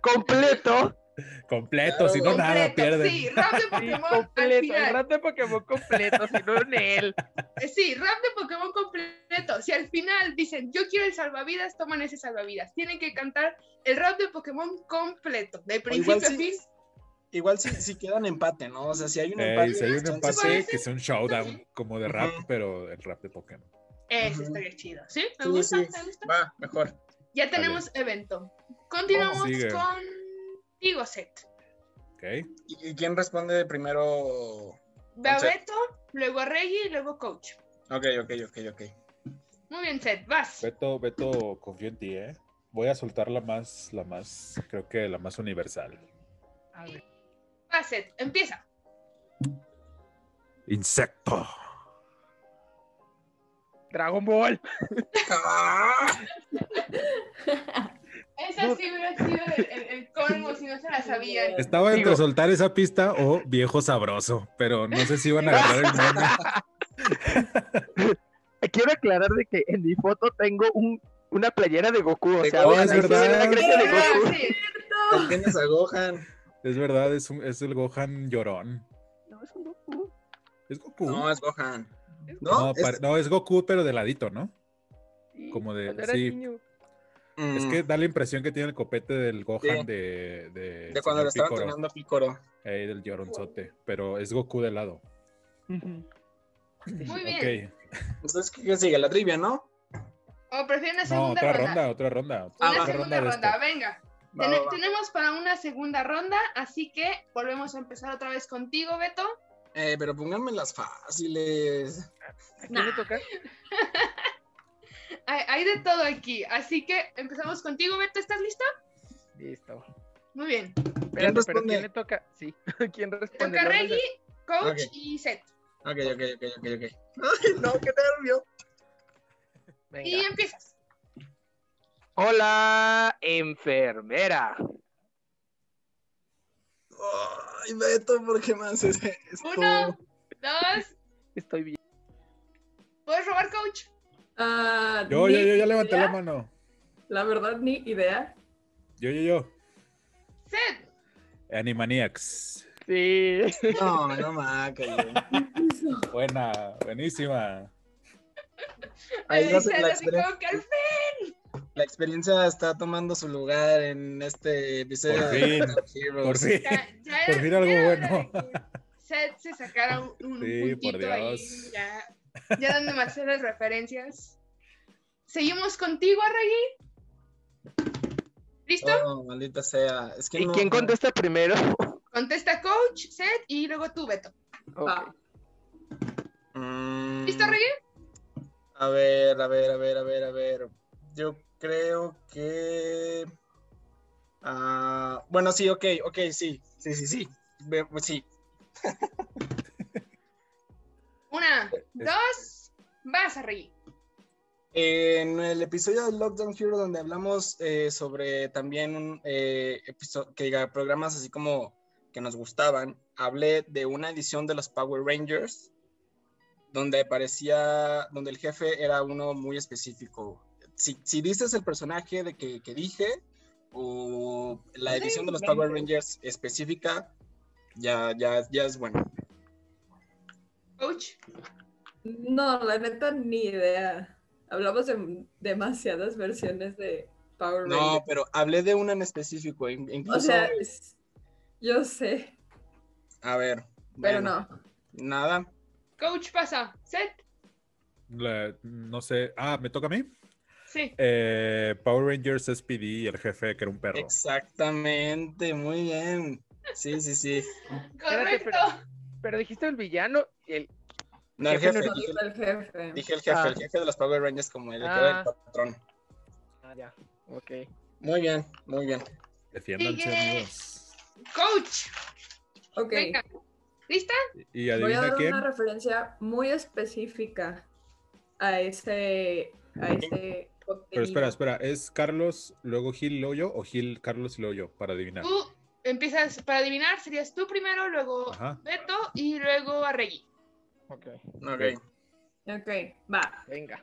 Speaker 3: completo.
Speaker 4: Completo, si no nada
Speaker 1: Completo,
Speaker 4: pierden.
Speaker 1: Sí, rap de
Speaker 3: Sí,
Speaker 1: Pokémon al
Speaker 3: completo. El
Speaker 1: final.
Speaker 3: rap de Pokémon completo, si no en él.
Speaker 1: Eh, Sí, rap de Pokémon completo. Si al final dicen, yo quiero el salvavidas, toman ese salvavidas. Tienen que cantar el rap de Pokémon completo, de principio
Speaker 2: igual
Speaker 1: a
Speaker 2: sí.
Speaker 1: fin.
Speaker 2: Igual si, si quedan empate, ¿no? O sea, si hay un
Speaker 4: Ey,
Speaker 2: empate.
Speaker 4: si hay un
Speaker 2: entonces-
Speaker 4: empate,
Speaker 1: parece-
Speaker 4: que sea un showdown como de rap,
Speaker 2: Ujú.
Speaker 4: pero el rap de Pokémon.
Speaker 1: Ese
Speaker 2: Ujú.
Speaker 1: estaría chido, ¿sí? ¿Me
Speaker 2: Sí,
Speaker 1: gusta?
Speaker 2: sí.
Speaker 1: ¿Te gusta?
Speaker 2: Va, mejor.
Speaker 1: Ya tenemos evento. Continuamos
Speaker 4: Sigue.
Speaker 1: contigo, Set.
Speaker 4: ¿Ok?
Speaker 6: ¿Y y quién responde primero?
Speaker 1: Ve a
Speaker 6: Con Seth.
Speaker 1: Beto, luego a Reggie y luego Coach.
Speaker 6: Ok, ok, ok, ok.
Speaker 1: Muy bien, Seth, vas.
Speaker 4: Beto, Beto, confío en ti, ¿eh? Voy a soltar la más, la más, creo que la más universal.
Speaker 3: A ver.
Speaker 1: Vas, Seth, empieza.
Speaker 4: Insecto.
Speaker 3: Dragon Ball.
Speaker 1: Esa sí hubiera sido el, el, el colmo si no se la sabían.
Speaker 4: Estaba entre
Speaker 3: Digo-
Speaker 4: soltar esa pista o viejo sabroso, pero no sé si iban a agarrar el meme.
Speaker 3: Quiero aclarar de que en mi foto tengo un, una playera de Goku. O
Speaker 6: De
Speaker 3: sea,
Speaker 6: Gohan,
Speaker 3: ahora
Speaker 6: es
Speaker 3: sí se ve
Speaker 4: verdad.
Speaker 3: la cresta de
Speaker 1: Ah,
Speaker 3: Goku.
Speaker 1: sí.
Speaker 6: ¿Te ¿Tienes a Gohan?
Speaker 4: Es verdad, es, un- es el Gohan llorón.
Speaker 3: No, es un Goku.
Speaker 4: ¿Es Goku?
Speaker 6: No, es Gohan.
Speaker 4: No,
Speaker 6: No,
Speaker 4: pare- no, es...
Speaker 6: es,
Speaker 4: Goku, pero de ladito, ¿no?
Speaker 3: Sí,
Speaker 4: Como de-
Speaker 3: cuando era
Speaker 4: sí.
Speaker 3: niño.
Speaker 6: mm,
Speaker 4: Es que da la impresión que tiene el copete del Gohan
Speaker 6: Sí.
Speaker 4: de, de,
Speaker 6: de cuando
Speaker 4: señor
Speaker 6: lo estaban
Speaker 4: Picoro,
Speaker 6: entrenando a Picoro.
Speaker 4: eh, del lloronzote, pero es Goku de lado.
Speaker 3: Ujú.
Speaker 1: Muy bien.
Speaker 4: Ok,
Speaker 6: Entonces, ¿qué qué sigue? La trivia, ¿no?
Speaker 1: O prefiero una
Speaker 4: no,
Speaker 1: segunda
Speaker 4: otra
Speaker 1: ronda.
Speaker 4: ronda, otra ronda.
Speaker 6: Ah,
Speaker 1: Una
Speaker 6: va.
Speaker 4: otra
Speaker 1: segunda
Speaker 4: de
Speaker 1: ronda,
Speaker 4: esto.
Speaker 1: venga.
Speaker 6: Va,
Speaker 1: Tene-
Speaker 6: va, va.
Speaker 1: Tenemos para una segunda ronda, así que volvemos a empezar otra vez contigo, Beto.
Speaker 6: Eh, pero pónganme las fáciles.
Speaker 3: ¿A quién le toca?
Speaker 1: Hay, hay de todo aquí, así que empezamos contigo, Beto. ¿Estás listo?
Speaker 3: Listo.
Speaker 1: Muy bien.
Speaker 3: Espérate, pero
Speaker 6: responde?
Speaker 3: ¿quién le toca? Sí. ¿Quién responde?
Speaker 1: Toca
Speaker 3: No, no sé.
Speaker 1: Reggie, Coach
Speaker 6: Ok.
Speaker 1: y Seth.
Speaker 6: Ok, ok, ok, ok, ok. Ay, no, qué nervio.
Speaker 3: Venga.
Speaker 1: Y empiezas.
Speaker 3: Hola, enfermera.
Speaker 6: Ay, Beto, ¿por qué me haces esto?
Speaker 1: Uno. Dos.
Speaker 3: Estoy bien.
Speaker 1: ¿Puedes robar, Coach?
Speaker 5: Ah,
Speaker 4: Yo,
Speaker 5: ni
Speaker 4: yo, yo, ya levanté
Speaker 5: idea.
Speaker 4: la mano.
Speaker 5: La verdad, ni idea.
Speaker 4: Yo, yo, yo.
Speaker 1: Seth.
Speaker 4: Animaniacs.
Speaker 3: Sí.
Speaker 6: No, no maca, güey.
Speaker 4: Buena, buenísima.
Speaker 6: Ahí
Speaker 1: Ay,
Speaker 6: no se
Speaker 1: Seth,
Speaker 6: la
Speaker 1: así como que al fin.
Speaker 2: la experiencia está tomando su lugar en este episodio.
Speaker 4: Por
Speaker 2: de
Speaker 4: fin,
Speaker 2: Metal Heroes.
Speaker 4: Por fin,
Speaker 1: Ya- ya
Speaker 4: por
Speaker 1: era-
Speaker 4: fin
Speaker 1: ya
Speaker 4: algo
Speaker 1: era hora
Speaker 4: bueno.
Speaker 1: de que Seth se sacara un, un
Speaker 4: Sí, por
Speaker 1: puntito ahí.
Speaker 4: Dios.
Speaker 1: Ya, ya dan demasiadas referencias. Seguimos contigo, Arregui. ¿Listo?
Speaker 4: Ah.
Speaker 2: Oh, maldita sea. Es que
Speaker 3: ¿Y
Speaker 2: no-
Speaker 3: quién contesta primero?
Speaker 1: Contesta coach, Seth y luego tú, Beto.
Speaker 3: Ok.
Speaker 5: Ah.
Speaker 2: Mm,
Speaker 1: ¿Listo, Arregui?
Speaker 2: A ver, a ver, a ver, a ver, a ver. Yo creo que. ah, bueno, sí, ok, ok, sí. Sí, sí, sí. Ve- pues Sí.
Speaker 1: Una, dos, vas, Arregui.
Speaker 2: En el episodio de Lockdown Hero, donde hablamos eh, sobre también un eh, episo- que diga, programas así como que nos gustaban, hablé de una edición de los Power Rangers, donde parecía, donde el jefe era uno muy específico. Si, si dices el personaje de que, que dije, o la edición de los Power Rangers específica, ya, ya, ya es bueno.
Speaker 1: Coach.
Speaker 5: No, la neta, ni idea. Hablamos de demasiadas versiones de Power Rangers.
Speaker 2: No, pues, pero hablé de una en específico, in- incluso,
Speaker 5: o sea, es- yo sé,
Speaker 2: a ver.
Speaker 5: pero
Speaker 2: bueno,
Speaker 5: no.
Speaker 2: Nada.
Speaker 1: Coach pasa. Seth.
Speaker 4: La- no sé. Ah, ¿me toca a mí?
Speaker 1: Sí.
Speaker 4: Eh, Power Rangers SPD y el jefe que era un perro.
Speaker 2: Exactamente, muy bien. Sí, sí, sí.
Speaker 3: Espérate,
Speaker 1: Correcto.
Speaker 3: pero, pero dijiste el villano y el.
Speaker 2: No, el
Speaker 3: Jefe
Speaker 2: jefe.
Speaker 5: No
Speaker 2: Dije,
Speaker 5: digo el jefe.
Speaker 2: dije el jefe,
Speaker 3: Ah.
Speaker 2: el jefe de los Power Rangers como el que
Speaker 3: Ah.
Speaker 2: era el patrón.
Speaker 3: Ah, ya. Ok.
Speaker 2: Muy bien, muy bien.
Speaker 4: Defiéndanse,
Speaker 1: Sigue.
Speaker 4: amigos.
Speaker 1: Coach.
Speaker 5: Ok,
Speaker 1: Venga. ¿Lista?
Speaker 4: Y
Speaker 5: voy a
Speaker 4: adivina
Speaker 5: dar
Speaker 4: quién.
Speaker 5: una referencia muy específica a ese, a ese
Speaker 4: Pero espera,
Speaker 5: contenido.
Speaker 4: espera. ¿Es Carlos, luego Gil, luego yo? ¿O Gil, Carlos y luego yo? Para adivinar.
Speaker 5: Uh.
Speaker 1: Tú empiezas para adivinar. Serías tú primero, luego
Speaker 4: Ajá.
Speaker 1: Beto y luego Arregui.
Speaker 3: Ok.
Speaker 2: Ok.
Speaker 5: Ok, va.
Speaker 3: Venga.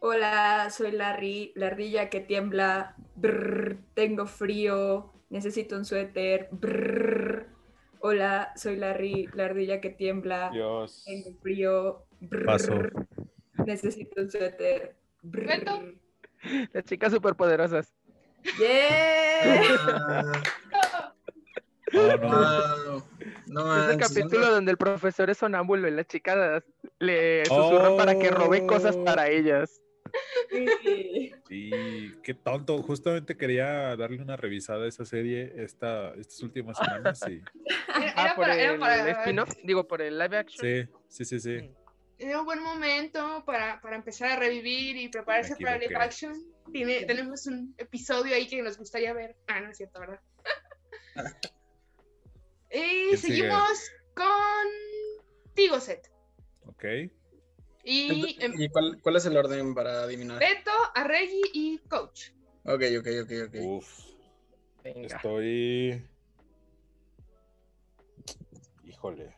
Speaker 5: Hola, soy la, ri- la ardilla que tiembla. Brr, tengo frío. Necesito un suéter. Brr. Hola, soy la, ri- la ardilla que tiembla.
Speaker 4: Dios.
Speaker 5: Tengo frío. Brr,
Speaker 4: Paso.
Speaker 5: Necesito un suéter. Brr.
Speaker 1: Beto.
Speaker 3: Las chicas superpoderosas.
Speaker 5: ¡Yeah!
Speaker 2: Ah,
Speaker 4: No, no.
Speaker 2: wow. No
Speaker 3: Es el
Speaker 2: manches,
Speaker 3: capítulo donde el profesor es sonámbulo y las chicas le
Speaker 4: Oh.
Speaker 3: susurran para que robe cosas para ellas.
Speaker 5: Sí.
Speaker 4: Y qué tonto. Justamente quería darle una revisada a esa serie esta, estas últimas semanas. Y...
Speaker 1: Era,
Speaker 3: Ah,
Speaker 1: era
Speaker 3: por
Speaker 1: para, era
Speaker 3: el
Speaker 1: para-
Speaker 3: spin-off, digo, por el live action.
Speaker 4: Sí, sí, sí, sí.
Speaker 1: era un buen momento para, para empezar a revivir y prepararse
Speaker 4: Me
Speaker 1: para live
Speaker 4: equivoqué.
Speaker 1: action. Tiene- tenemos un episodio ahí que nos gustaría ver. Ah, no es cierto, ¿verdad? y
Speaker 4: ¿Quién sigue?
Speaker 1: seguimos contigo, Seth.
Speaker 4: Ok.
Speaker 1: Y em,
Speaker 2: ¿Y cuál, cuál es el orden para adivinar?
Speaker 1: Beto, Arregui y Coach.
Speaker 2: Ok, ok, ok, ok.
Speaker 4: Uf.
Speaker 3: Venga.
Speaker 4: Estoy. Híjole.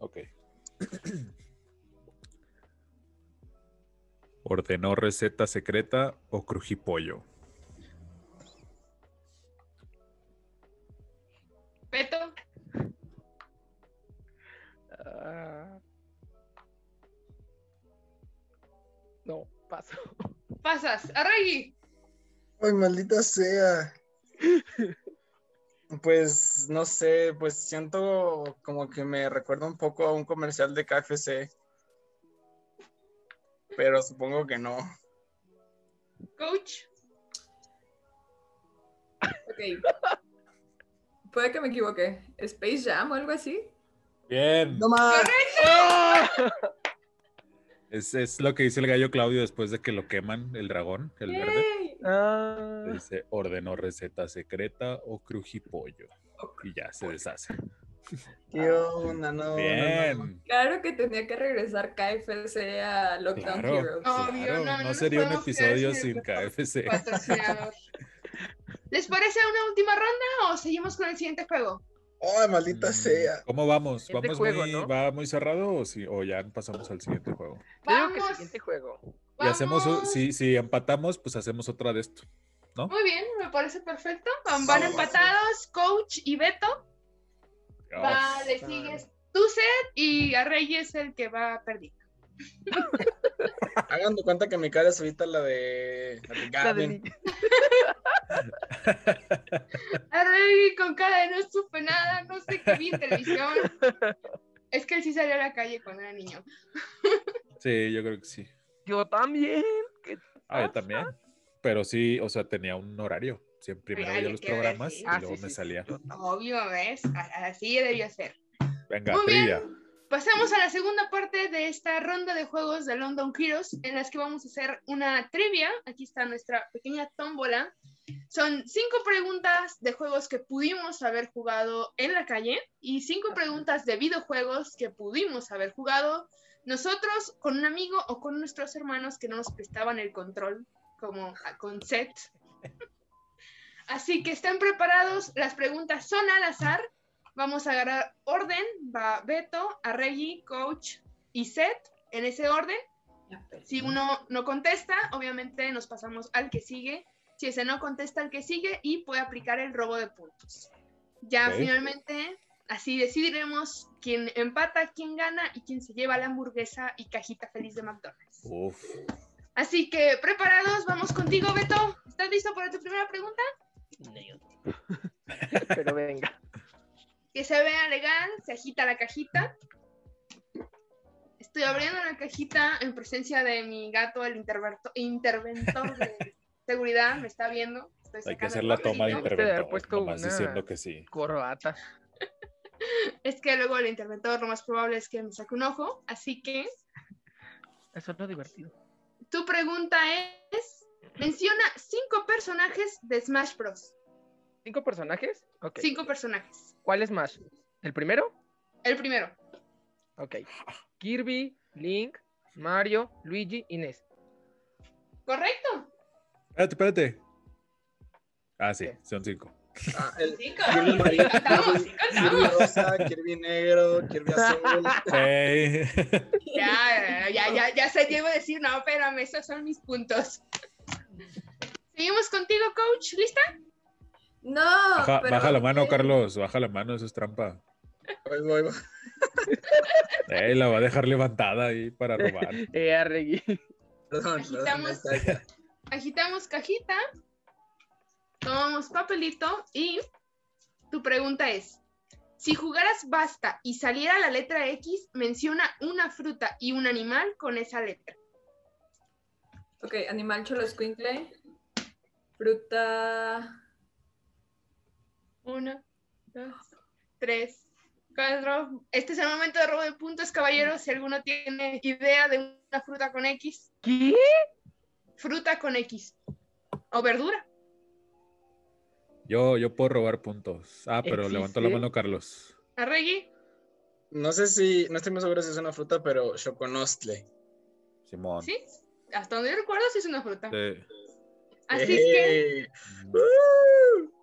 Speaker 4: Ok. Ordenó receta secreta o crujipollo.
Speaker 1: Beto,
Speaker 3: Ah. No, paso.
Speaker 1: pasas. Arregui.
Speaker 2: Ay, maldita sea. Pues no sé, pues siento como que me recuerda un poco a un comercial de KFC. Pero supongo que no.
Speaker 1: Coach.
Speaker 5: Ok. Puede que me equivoque. ¿Space Jam o algo así?
Speaker 4: Bien.
Speaker 2: No más.
Speaker 3: ¡Ah!
Speaker 4: Es, es lo que dice el gallo Claudio después de que lo queman, el dragón, el verde.
Speaker 5: ¡Yay!
Speaker 3: Ah.
Speaker 4: Le Dice, ordenó receta secreta o crujipollo. Y ya se deshace.
Speaker 2: ¿Qué onda? No, no, no.
Speaker 4: Bien.
Speaker 5: Claro que tenía que regresar KFC a Lockdown
Speaker 4: Claro.
Speaker 5: Heroes.
Speaker 1: Obvio,
Speaker 4: Claro,
Speaker 1: no,
Speaker 4: no
Speaker 1: nos
Speaker 4: sería un
Speaker 1: podemos quedar
Speaker 4: episodio
Speaker 1: sin
Speaker 4: sin
Speaker 1: el
Speaker 4: KFC.
Speaker 1: patrocinador. ¿Les parece una última ronda o seguimos con el siguiente juego?
Speaker 6: Ay, maldita
Speaker 4: Mm,
Speaker 6: sea.
Speaker 4: ¿Cómo vamos?
Speaker 3: Siguiente
Speaker 4: ¿Vamos
Speaker 3: juego,
Speaker 4: muy,
Speaker 3: ¿no?
Speaker 4: ¿Va muy cerrado o, sí- o ya pasamos al siguiente juego?
Speaker 3: Yo digo que
Speaker 1: Vamos.
Speaker 3: siguiente juego.
Speaker 4: Y hacemos, u-
Speaker 1: Vamos.
Speaker 4: si, si empatamos, pues hacemos otra de esto.
Speaker 1: Muy bien, me parece perfecto. Van,
Speaker 2: Sí,
Speaker 1: van
Speaker 2: sí.
Speaker 1: empatados, coach y Beto.
Speaker 4: Oh,
Speaker 1: Va, le sigues tú, Seth, y a Reyes el que va perdido.
Speaker 2: A
Speaker 6: Hagan de cuenta que mi cara es ahorita la de. La de
Speaker 3: La de
Speaker 6: Gavin.
Speaker 3: Nick.
Speaker 1: Arregui con cara de no supe nada, no sé qué vi en televisión. Es que él sí salió a la calle cuando era niño.
Speaker 4: Sí, yo creo que sí.
Speaker 3: Yo también.
Speaker 4: Ah, yo también. Pero sí, o sea, tenía un horario. Sí, primero
Speaker 1: Ay,
Speaker 4: veía los
Speaker 1: qué ver,
Speaker 4: programas
Speaker 1: sí.
Speaker 4: y
Speaker 3: Ah,
Speaker 4: luego
Speaker 3: sí,
Speaker 4: me
Speaker 3: sí,
Speaker 4: salía.
Speaker 3: yo también.
Speaker 1: Obvio, ¿ves? A- Así debió ser.
Speaker 4: Venga,
Speaker 1: Muy bien.
Speaker 4: trivia.
Speaker 1: Pasamos a la segunda parte de esta ronda de juegos de London Heroes, en las que vamos a hacer una trivia. Aquí está nuestra pequeña tómbola. Son cinco preguntas de juegos que pudimos haber jugado en la calle y cinco preguntas de videojuegos que pudimos haber jugado nosotros con un amigo o con nuestros hermanos que no nos prestaban el control, como a- con Seth. Así que estén preparados. Las preguntas son al azar. Vamos a agarrar orden. Va Beto, Arregui, Coach y Seth en ese orden. Si uno no contesta, obviamente nos pasamos al que sigue. Si ese no contesta, al que sigue y puede aplicar el robo de puntos. Ya
Speaker 4: Ok.
Speaker 1: finalmente, así decidiremos quién empata, quién gana y quién se lleva la hamburguesa y cajita feliz de McDonald's.
Speaker 4: Uf.
Speaker 3: Pues
Speaker 1: Así que preparados, vamos contigo, Beto. ¿Estás listo para tu primera pregunta?
Speaker 3: Pero venga.
Speaker 1: que se vea legal, se agita la cajita. Estoy abriendo la cajita en presencia de mi gato, el interverto- interventor de seguridad, me está viendo. Estoy
Speaker 4: Hay
Speaker 1: sacando el
Speaker 4: que hacer la toma de
Speaker 1: papelito.
Speaker 3: Debiste de haber
Speaker 4: interventor,
Speaker 3: puesto
Speaker 4: nomás
Speaker 3: una-
Speaker 4: diciendo que sí.
Speaker 3: Corbata.
Speaker 1: Es que luego el interventor lo más probable es que me saque un ojo, así que
Speaker 3: Eso es lo divertido.
Speaker 1: tu pregunta es, menciona cinco personajes de Smash Bros.
Speaker 3: ¿Cinco personajes? Ok.
Speaker 1: Cinco personajes.
Speaker 3: ¿Cuál es más? ¿El primero?
Speaker 1: El primero,
Speaker 3: Ok. Kirby, Link, Mario, Luigi, Inés.
Speaker 1: ¿correcto?
Speaker 4: Espérate, espérate. Ah, sí,
Speaker 3: ¿Qué?
Speaker 4: son cinco.
Speaker 6: Ah, el
Speaker 1: Sí,
Speaker 6: Kirby
Speaker 1: correcto.
Speaker 6: amarillo,
Speaker 1: Contamos,
Speaker 6: Kirby, Kirby rosa, Kirby negro, Kirby azul.
Speaker 4: Ey.
Speaker 1: Ya, ya, ya, ya se llevo a decir, no, espérame, esos son mis puntos. Seguimos contigo, coach. ¿Lista?
Speaker 5: No,
Speaker 4: Baja,
Speaker 5: pero-
Speaker 4: baja la mano, Carlos. Baja la mano, eso es trampa.
Speaker 6: Voy, voy, voy.
Speaker 4: Ey, la va a dejar levantada ahí para robar.
Speaker 3: Eh, Arregui.
Speaker 6: Perdón, perdón.
Speaker 1: Agitamos.
Speaker 6: está acá.
Speaker 1: Agitamos cajita, tomamos papelito y tu pregunta es, si jugaras basta y saliera la letra X, menciona una fruta y un animal con esa letra.
Speaker 5: Ok, animal cholo squinkle. Fruta.
Speaker 1: Uno, dos, tres, cuatro. Este es el momento de robo de puntos, caballeros. Si alguno tiene idea de una fruta con X,
Speaker 3: ¿Qué?
Speaker 1: fruta con X o verdura.
Speaker 4: Yo, yo puedo robar puntos. Ah,
Speaker 1: Eh,
Speaker 4: pero levantó la
Speaker 3: ¿Existe?
Speaker 4: mano, Carlos.
Speaker 1: Arregui,
Speaker 6: No sé si, no estoy muy seguro si es una fruta, pero choconostle.
Speaker 4: Simón.
Speaker 1: ¿sí? Hasta donde yo recuerdo, sí es una fruta.
Speaker 4: Sí.
Speaker 1: Así que
Speaker 6: Eh,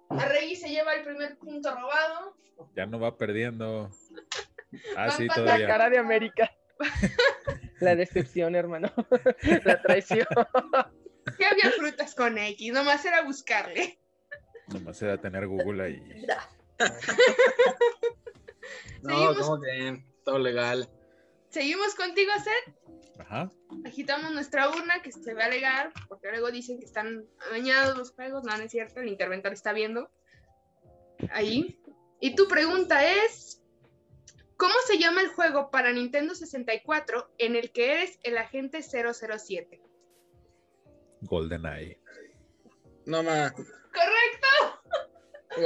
Speaker 1: Arregui se lleva el primer punto robado.
Speaker 4: Ya no va perdiendo. Ah,
Speaker 1: Va
Speaker 4: sí,
Speaker 1: para
Speaker 3: La
Speaker 4: todavía.
Speaker 3: cara de América. La decepción, hermano. La traición.
Speaker 1: Sí había frutas con X, nomás era buscarle.
Speaker 4: Nomás era tener Google ahí.
Speaker 5: Da.
Speaker 6: No,
Speaker 1: Seguimos.
Speaker 6: ¿cómo creen? Todo legal.
Speaker 1: Seguimos contigo, Seth.
Speaker 4: Ajá.
Speaker 1: Agitamos nuestra urna que se va a alegar, porque luego dicen que están dañados los juegos. No, no es cierto, el interventor está viendo. Ahí. Y tu pregunta es, ¿cómo se llama el juego para Nintendo 64 en el que eres el agente 007?
Speaker 4: GoldenEye.
Speaker 6: No, ma.
Speaker 1: Correcto.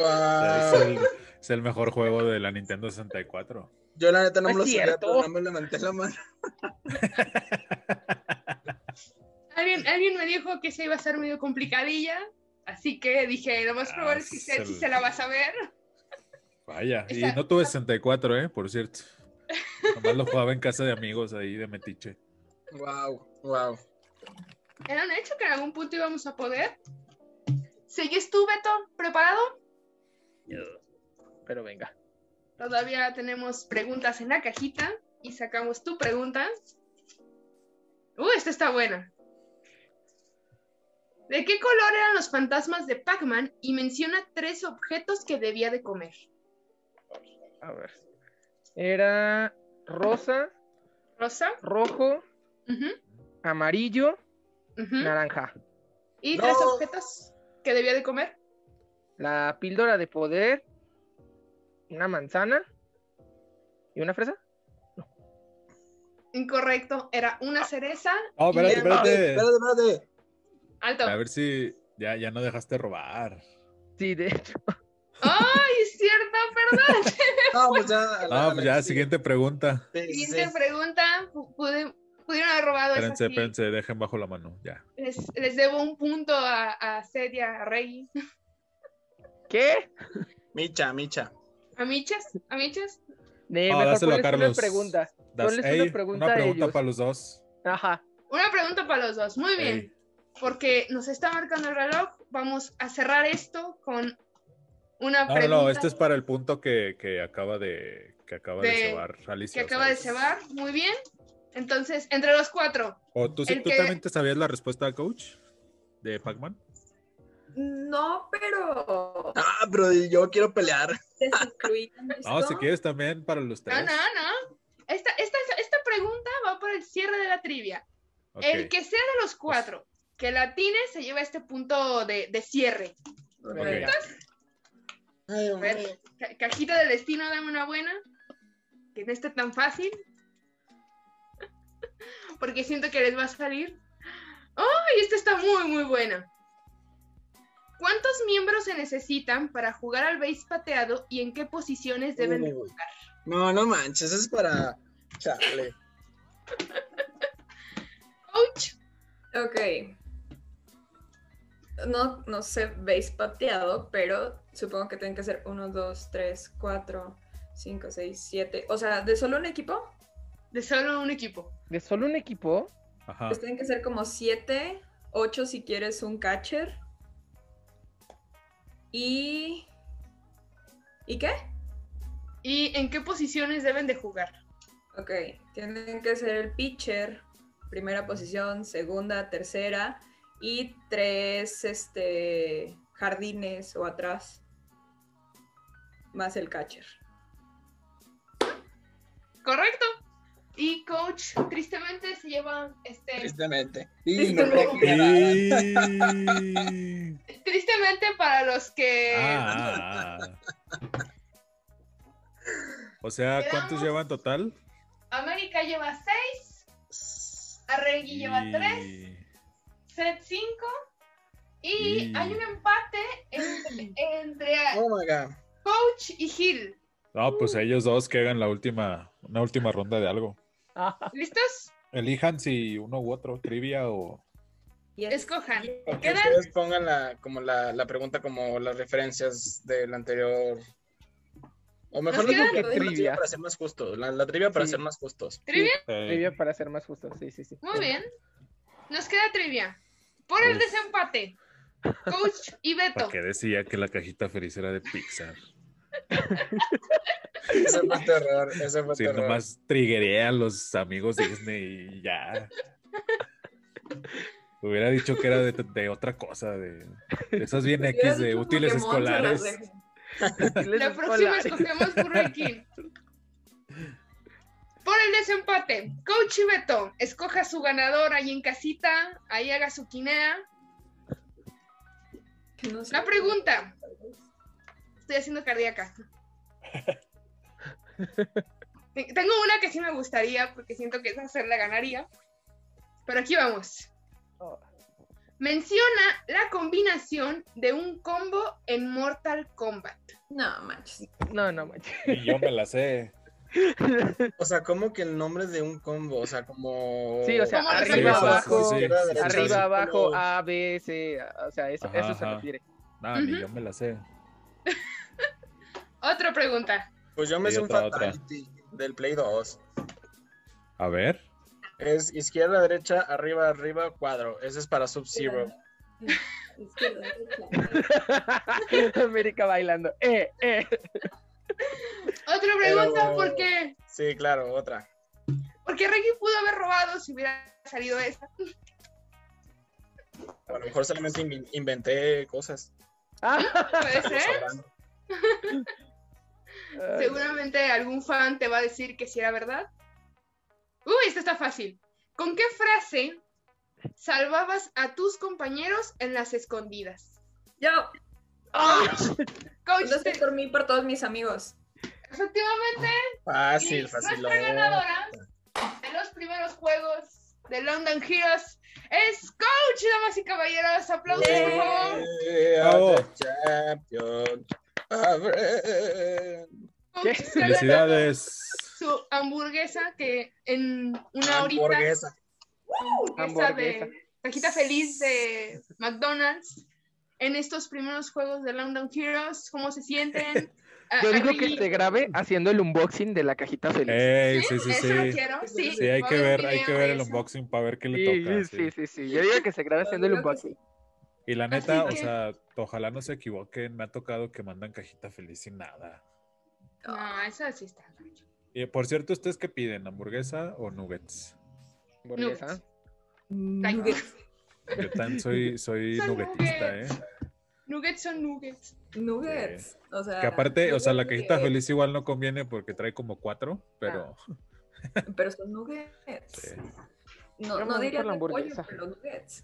Speaker 2: Ah.
Speaker 4: Es
Speaker 6: Wow.
Speaker 4: el, es el mejor juego de la Nintendo 64.
Speaker 6: Yo la neta no
Speaker 3: No
Speaker 6: me lo
Speaker 3: es
Speaker 6: sabía,
Speaker 3: cierto.
Speaker 6: pero no me levanté la mano.
Speaker 1: Alguien, alguien me dijo que se iba a ser medio complicadilla, así que dije, lo más
Speaker 4: Ah,
Speaker 1: probable es que
Speaker 4: se
Speaker 1: se, sí
Speaker 4: lo-
Speaker 1: se la vas a ver.
Speaker 4: Vaya. Y
Speaker 1: Esa-
Speaker 4: no tuve 64, ¿eh? Por cierto. Nomás lo jugaba en casa de amigos ahí de Metiche.
Speaker 6: Wow, wow.
Speaker 1: Era un hecho que en algún punto íbamos a poder. ¿Seguís tú, Beto? ¿Preparado?
Speaker 3: Pero venga.
Speaker 1: Todavía tenemos preguntas en la cajita y sacamos tu pregunta. Uh, esta está buena. ¿De qué color eran los fantasmas de Pac-Man? Y menciona tres objetos que debía de comer.
Speaker 3: A ver. Era rosa,
Speaker 1: Rosa.
Speaker 3: rojo
Speaker 1: ujú,
Speaker 3: amarillo,
Speaker 1: Ujú.
Speaker 3: naranja.
Speaker 1: Y
Speaker 6: No.
Speaker 1: tres objetos que debía de comer.
Speaker 3: La píldora de poder, una manzana y una fresa.
Speaker 1: Incorrecto, era una cereza.
Speaker 4: No,
Speaker 1: y era-
Speaker 4: espérate, espérate.
Speaker 6: Espérate, espérate.
Speaker 1: Alto.
Speaker 4: A ver si ya, ya no dejaste robar.
Speaker 3: Sí, de hecho.
Speaker 1: ¡Ay, es cierto! Perdón.
Speaker 6: No, pues ya. a la-
Speaker 4: Ah,
Speaker 6: a la
Speaker 4: pues ya,
Speaker 6: que sigue.
Speaker 4: siguiente
Speaker 1: Pues
Speaker 4: pregunta.
Speaker 6: Sí, sí,
Speaker 1: Siguiente
Speaker 6: sí.
Speaker 1: pregunta. pu- pude- pudieron haber robado esa,
Speaker 4: Espérense,
Speaker 1: sí.
Speaker 4: espérense, dejen bajo la mano, ya.
Speaker 1: Les, les debo un punto a, a Seth y a Rey.
Speaker 3: ¿Qué?
Speaker 6: Micha, Micha.
Speaker 1: ¿A Michas? ¿A Michas?
Speaker 3: De
Speaker 4: Ah,
Speaker 3: mejor
Speaker 4: dáselo a
Speaker 3: ponles
Speaker 4: Carlos.
Speaker 3: una pregunta.
Speaker 4: Das-
Speaker 3: Ponles una
Speaker 4: ey,
Speaker 3: pregunta a
Speaker 4: una pregunta
Speaker 3: ellos.
Speaker 4: para los dos.
Speaker 3: Ajá.
Speaker 1: Una pregunta para los dos. Muy bien.
Speaker 4: Ey,
Speaker 1: porque nos está marcando el reloj. Vamos a cerrar esto con una
Speaker 4: No, no,
Speaker 1: pregunta
Speaker 4: no, este es para el punto que, que acaba de que acaba de,
Speaker 1: De-
Speaker 4: cebar Alicia.
Speaker 1: que
Speaker 4: o sea,
Speaker 1: acaba de
Speaker 4: es-
Speaker 1: cebar. Muy bien. Entonces, entre los cuatro.
Speaker 4: ¿O tú, sí-
Speaker 1: el
Speaker 4: tú
Speaker 1: que-
Speaker 4: también te sabías la respuesta, coach? De Pac-Man.
Speaker 5: No, pero
Speaker 6: Ah, pero yo quiero pelear.
Speaker 5: desincluían esto.
Speaker 4: No, si quieres también para los tres.
Speaker 1: No, no, no. Esta, esta, esta pregunta va para el cierre de la trivia.
Speaker 4: Ok.
Speaker 1: El que sea de los cuatro que latine se lleva este punto de, de cierre.
Speaker 4: Ok.
Speaker 6: Ay,
Speaker 1: A ver,
Speaker 6: hombre.
Speaker 1: ca- cajita del destino, dame una buena. Que no esté tan fácil. Porque siento que les va a salir. ¡Ay! esta está muy, muy buena. ¿Cuántos miembros se necesitan para jugar al base pateado y en qué posiciones deben de
Speaker 6: Uy.
Speaker 1: jugar?
Speaker 6: No, no manches, es para. Chale.
Speaker 1: Ouch.
Speaker 5: Ok. No, no sé, veis pateado, pero supongo que tienen que ser 1, 2, 3, 4, 5, 6, 7. O sea, de solo un equipo,
Speaker 1: De solo un equipo.
Speaker 3: ¿De solo un equipo?
Speaker 4: Ajá.
Speaker 5: pues tienen que ser como 7, 8 si quieres un catcher. Y. ¿Y qué?
Speaker 1: ¿Y en qué posiciones deben de jugar?
Speaker 5: Ok, tienen que ser el pitcher, primera posición, segunda, tercera y tres este, jardines o atrás, más el catcher.
Speaker 1: ¿Correcto? Y coach, tristemente se lleva este.
Speaker 6: Tristemente. Y no
Speaker 4: Y-
Speaker 1: Tristemente para los que.
Speaker 4: Ah, ah, ah. O sea, ¿cuántos
Speaker 1: Quedamos-
Speaker 4: llevan total?
Speaker 1: América lleva 6, Arregui lleva 3,
Speaker 4: Y-
Speaker 1: Set 5 y
Speaker 4: Y-
Speaker 1: hay un empate entre, entre
Speaker 6: Oh my god.
Speaker 1: Coach y Gil.
Speaker 4: No, pues
Speaker 5: Mm.
Speaker 4: ellos dos que hagan la última, una última ronda de algo.
Speaker 3: Ajá.
Speaker 1: ¿Listos?
Speaker 4: Elijan si uno u otro, trivia o.
Speaker 5: Y es-
Speaker 1: Escojan.
Speaker 6: O que
Speaker 1: Quedan-
Speaker 6: ustedes pongan la, como la, la pregunta como las referencias del anterior. O mejor
Speaker 1: Nos
Speaker 6: les digo
Speaker 1: quedan
Speaker 5: dos.
Speaker 6: que la
Speaker 3: Trivia.
Speaker 6: trivia para ser más justos. La, la trivia para
Speaker 3: Sí.
Speaker 6: ser más justos.
Speaker 1: ¿Trivia?
Speaker 4: Eh,
Speaker 3: Trivia para ser más justo, sí, sí, sí.
Speaker 1: Muy bien. Nos queda trivia. Por el
Speaker 4: Uf.
Speaker 1: desempate, Coach y
Speaker 4: ¿Para
Speaker 1: Beto.
Speaker 4: qué decía que la cajita feliz era de Pixar?
Speaker 6: Ese fue tu error. Ese fue
Speaker 4: Si
Speaker 6: tu error.
Speaker 4: nomás triggeré a los amigos de Disney y ya. Hubiera dicho que era de, de otra cosa, de, de esas bien
Speaker 5: Hubieras
Speaker 4: X de
Speaker 5: dicho
Speaker 4: útiles
Speaker 5: Pokémon, se las
Speaker 4: escolares.
Speaker 5: dejo.
Speaker 1: La próxima escogemos Burger King. Por el desempate, Coach y Beto, escoja su ganador ahí en casita, ahí haga su quinea.
Speaker 5: Que no sé.
Speaker 1: La pregunta, estoy haciendo cardíaca. Te- Tengo una que sí me gustaría porque siento que esa se la ganaría. Pero aquí vamos.
Speaker 3: Oh.
Speaker 1: Menciona la combinación de un combo en Mortal Kombat.
Speaker 5: No, manches.
Speaker 3: No, no, manches.
Speaker 4: Y yo me la sé.
Speaker 6: O sea, como que el nombre de un combo. O sea, como.
Speaker 3: Sí, o sea,
Speaker 1: ¿Cómo
Speaker 4: Sí,
Speaker 3: arriba,
Speaker 4: o sea,
Speaker 3: abajo,
Speaker 4: sí, sí,
Speaker 6: izquierda,
Speaker 4: sí, sí.
Speaker 6: derecha, así
Speaker 3: arriba, abajo,
Speaker 6: como-
Speaker 3: A, B, C, a- o sea, eso,
Speaker 4: Ajá,
Speaker 3: eso se
Speaker 4: ajá.
Speaker 3: refiere.
Speaker 4: No, ni yo me la sé.
Speaker 1: Otra pregunta.
Speaker 6: Pues yo me
Speaker 4: Y
Speaker 6: hice un
Speaker 4: otra, otra.
Speaker 6: fatality del Play 2.
Speaker 4: A ver.
Speaker 6: Es izquierda, derecha, arriba, arriba, cuadro. Ese es para Sub-Zero.
Speaker 5: Izquierda, derecha.
Speaker 3: América bailando. Eh, eh.
Speaker 1: Otra pregunta
Speaker 6: Pero-
Speaker 1: porque
Speaker 6: Sí, claro, otra.
Speaker 1: porque Reggie pudo haber robado si hubiera salido esa.
Speaker 6: A lo mejor solamente in- inventé cosas.
Speaker 3: Ah,
Speaker 1: Puede
Speaker 6: no
Speaker 1: ser.
Speaker 6: sabrán.
Speaker 1: Seguramente algún fan te va a decir que si era verdad. Uy, esto está fácil. ¿Con qué frase salvabas a tus compañeros en las escondidas.
Speaker 5: Yo,
Speaker 1: ¡Ah! Coach,
Speaker 5: lo sé
Speaker 1: te-
Speaker 5: por mí y por todos mis amigos.
Speaker 1: efectivamente,
Speaker 6: Fácil,
Speaker 1: y
Speaker 6: fácil.
Speaker 1: nuestra ganadora de los primeros juegos de London Heroes es Coach, damas y caballeros. Aplausos, por favor.
Speaker 4: Bravo.
Speaker 6: Champion. Abre.
Speaker 1: Coach
Speaker 3: ¿Qué?
Speaker 1: está ganando
Speaker 4: Felicidades.
Speaker 1: Su hamburguesa que en una horita.
Speaker 6: Hamburguesa.
Speaker 1: hamburguesa
Speaker 3: Hamburguesa.
Speaker 1: de cajita feliz de McDonald's en estos primeros juegos de London Heroes, ¿cómo se sienten? Ah,
Speaker 3: Yo digo
Speaker 1: ahí-
Speaker 3: que se grabe haciendo el unboxing de la cajita feliz.
Speaker 4: Ey, sí, sí,
Speaker 1: Eso
Speaker 4: sí.
Speaker 1: lo quiero, sí.
Speaker 4: Sí, hay
Speaker 1: Va a
Speaker 4: que
Speaker 1: haber
Speaker 4: ver,
Speaker 1: un
Speaker 4: hay que
Speaker 1: video
Speaker 4: ver
Speaker 1: de
Speaker 4: el
Speaker 1: eso.
Speaker 4: unboxing para ver qué le
Speaker 3: Sí,
Speaker 4: toca.
Speaker 3: sí,
Speaker 4: sí.
Speaker 3: sí, sí. Yo digo que se grabe haciendo el
Speaker 5: Yo creo que
Speaker 3: unboxing.
Speaker 4: Y la
Speaker 1: Así
Speaker 4: neta, o
Speaker 1: que-
Speaker 4: sea, ojalá no se equivoquen, me ha tocado que mandan cajita feliz sin nada.
Speaker 1: No, eso sí está. gacho.
Speaker 4: Y por cierto, ¿ustedes qué piden? ¿Hamburguesa o nuggets?
Speaker 3: Hamburguesa.
Speaker 5: Nuggets,
Speaker 4: Yo también soy, soy
Speaker 1: Son
Speaker 4: nuggetista, ¿eh?
Speaker 1: nuggets. Nuggets son nuggets.
Speaker 5: nuggets. O sea,
Speaker 4: Que aparte, o sea, la
Speaker 5: nuggets,
Speaker 4: cajita feliz igual no conviene porque trae como cuatro, pero
Speaker 1: Ah.
Speaker 5: Pero son nuggets.
Speaker 4: sí.
Speaker 5: No,
Speaker 3: Yo me
Speaker 5: no
Speaker 3: voy
Speaker 5: diría
Speaker 3: por la
Speaker 5: de pollo,
Speaker 3: hamburguesa.
Speaker 5: pero nuggets.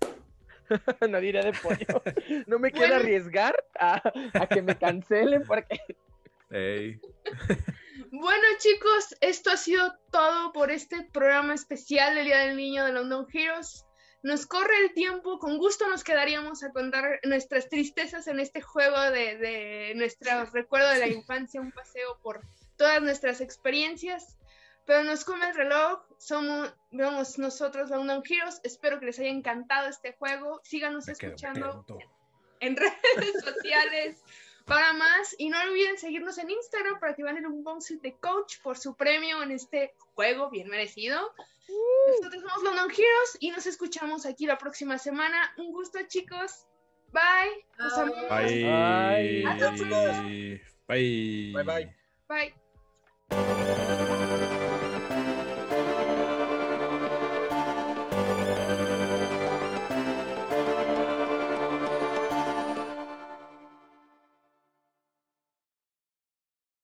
Speaker 3: no diré de pollo. No me quiero
Speaker 1: Bueno.
Speaker 3: arriesgar a, a que me cancelen porque
Speaker 4: Ey,
Speaker 1: Bueno, chicos, esto ha sido todo por este programa especial del Día del Niño de London Heroes. Nos corre el tiempo, con gusto nos quedaríamos a contar nuestras tristezas en este juego de, de nuestro recuerdo de la infancia, un paseo por todas nuestras experiencias. Pero nos come el reloj, somos vamos, nosotros London Heroes. Espero que les haya encantado este juego. Síganos
Speaker 4: me quedo
Speaker 1: escuchando
Speaker 4: tonto.
Speaker 1: en redes sociales para más. Y no olviden seguirnos en Instagram para que vayan un bonus de coach por su premio en este juego bien merecido. Nosotros somos London Heroes y nos escuchamos aquí la próxima semana. Un gusto, chicos. Bye. Los
Speaker 5: Bye.
Speaker 1: amamos.
Speaker 4: Bye.
Speaker 3: Adiós,
Speaker 4: Bye.
Speaker 6: Bye, bye.
Speaker 1: Bye.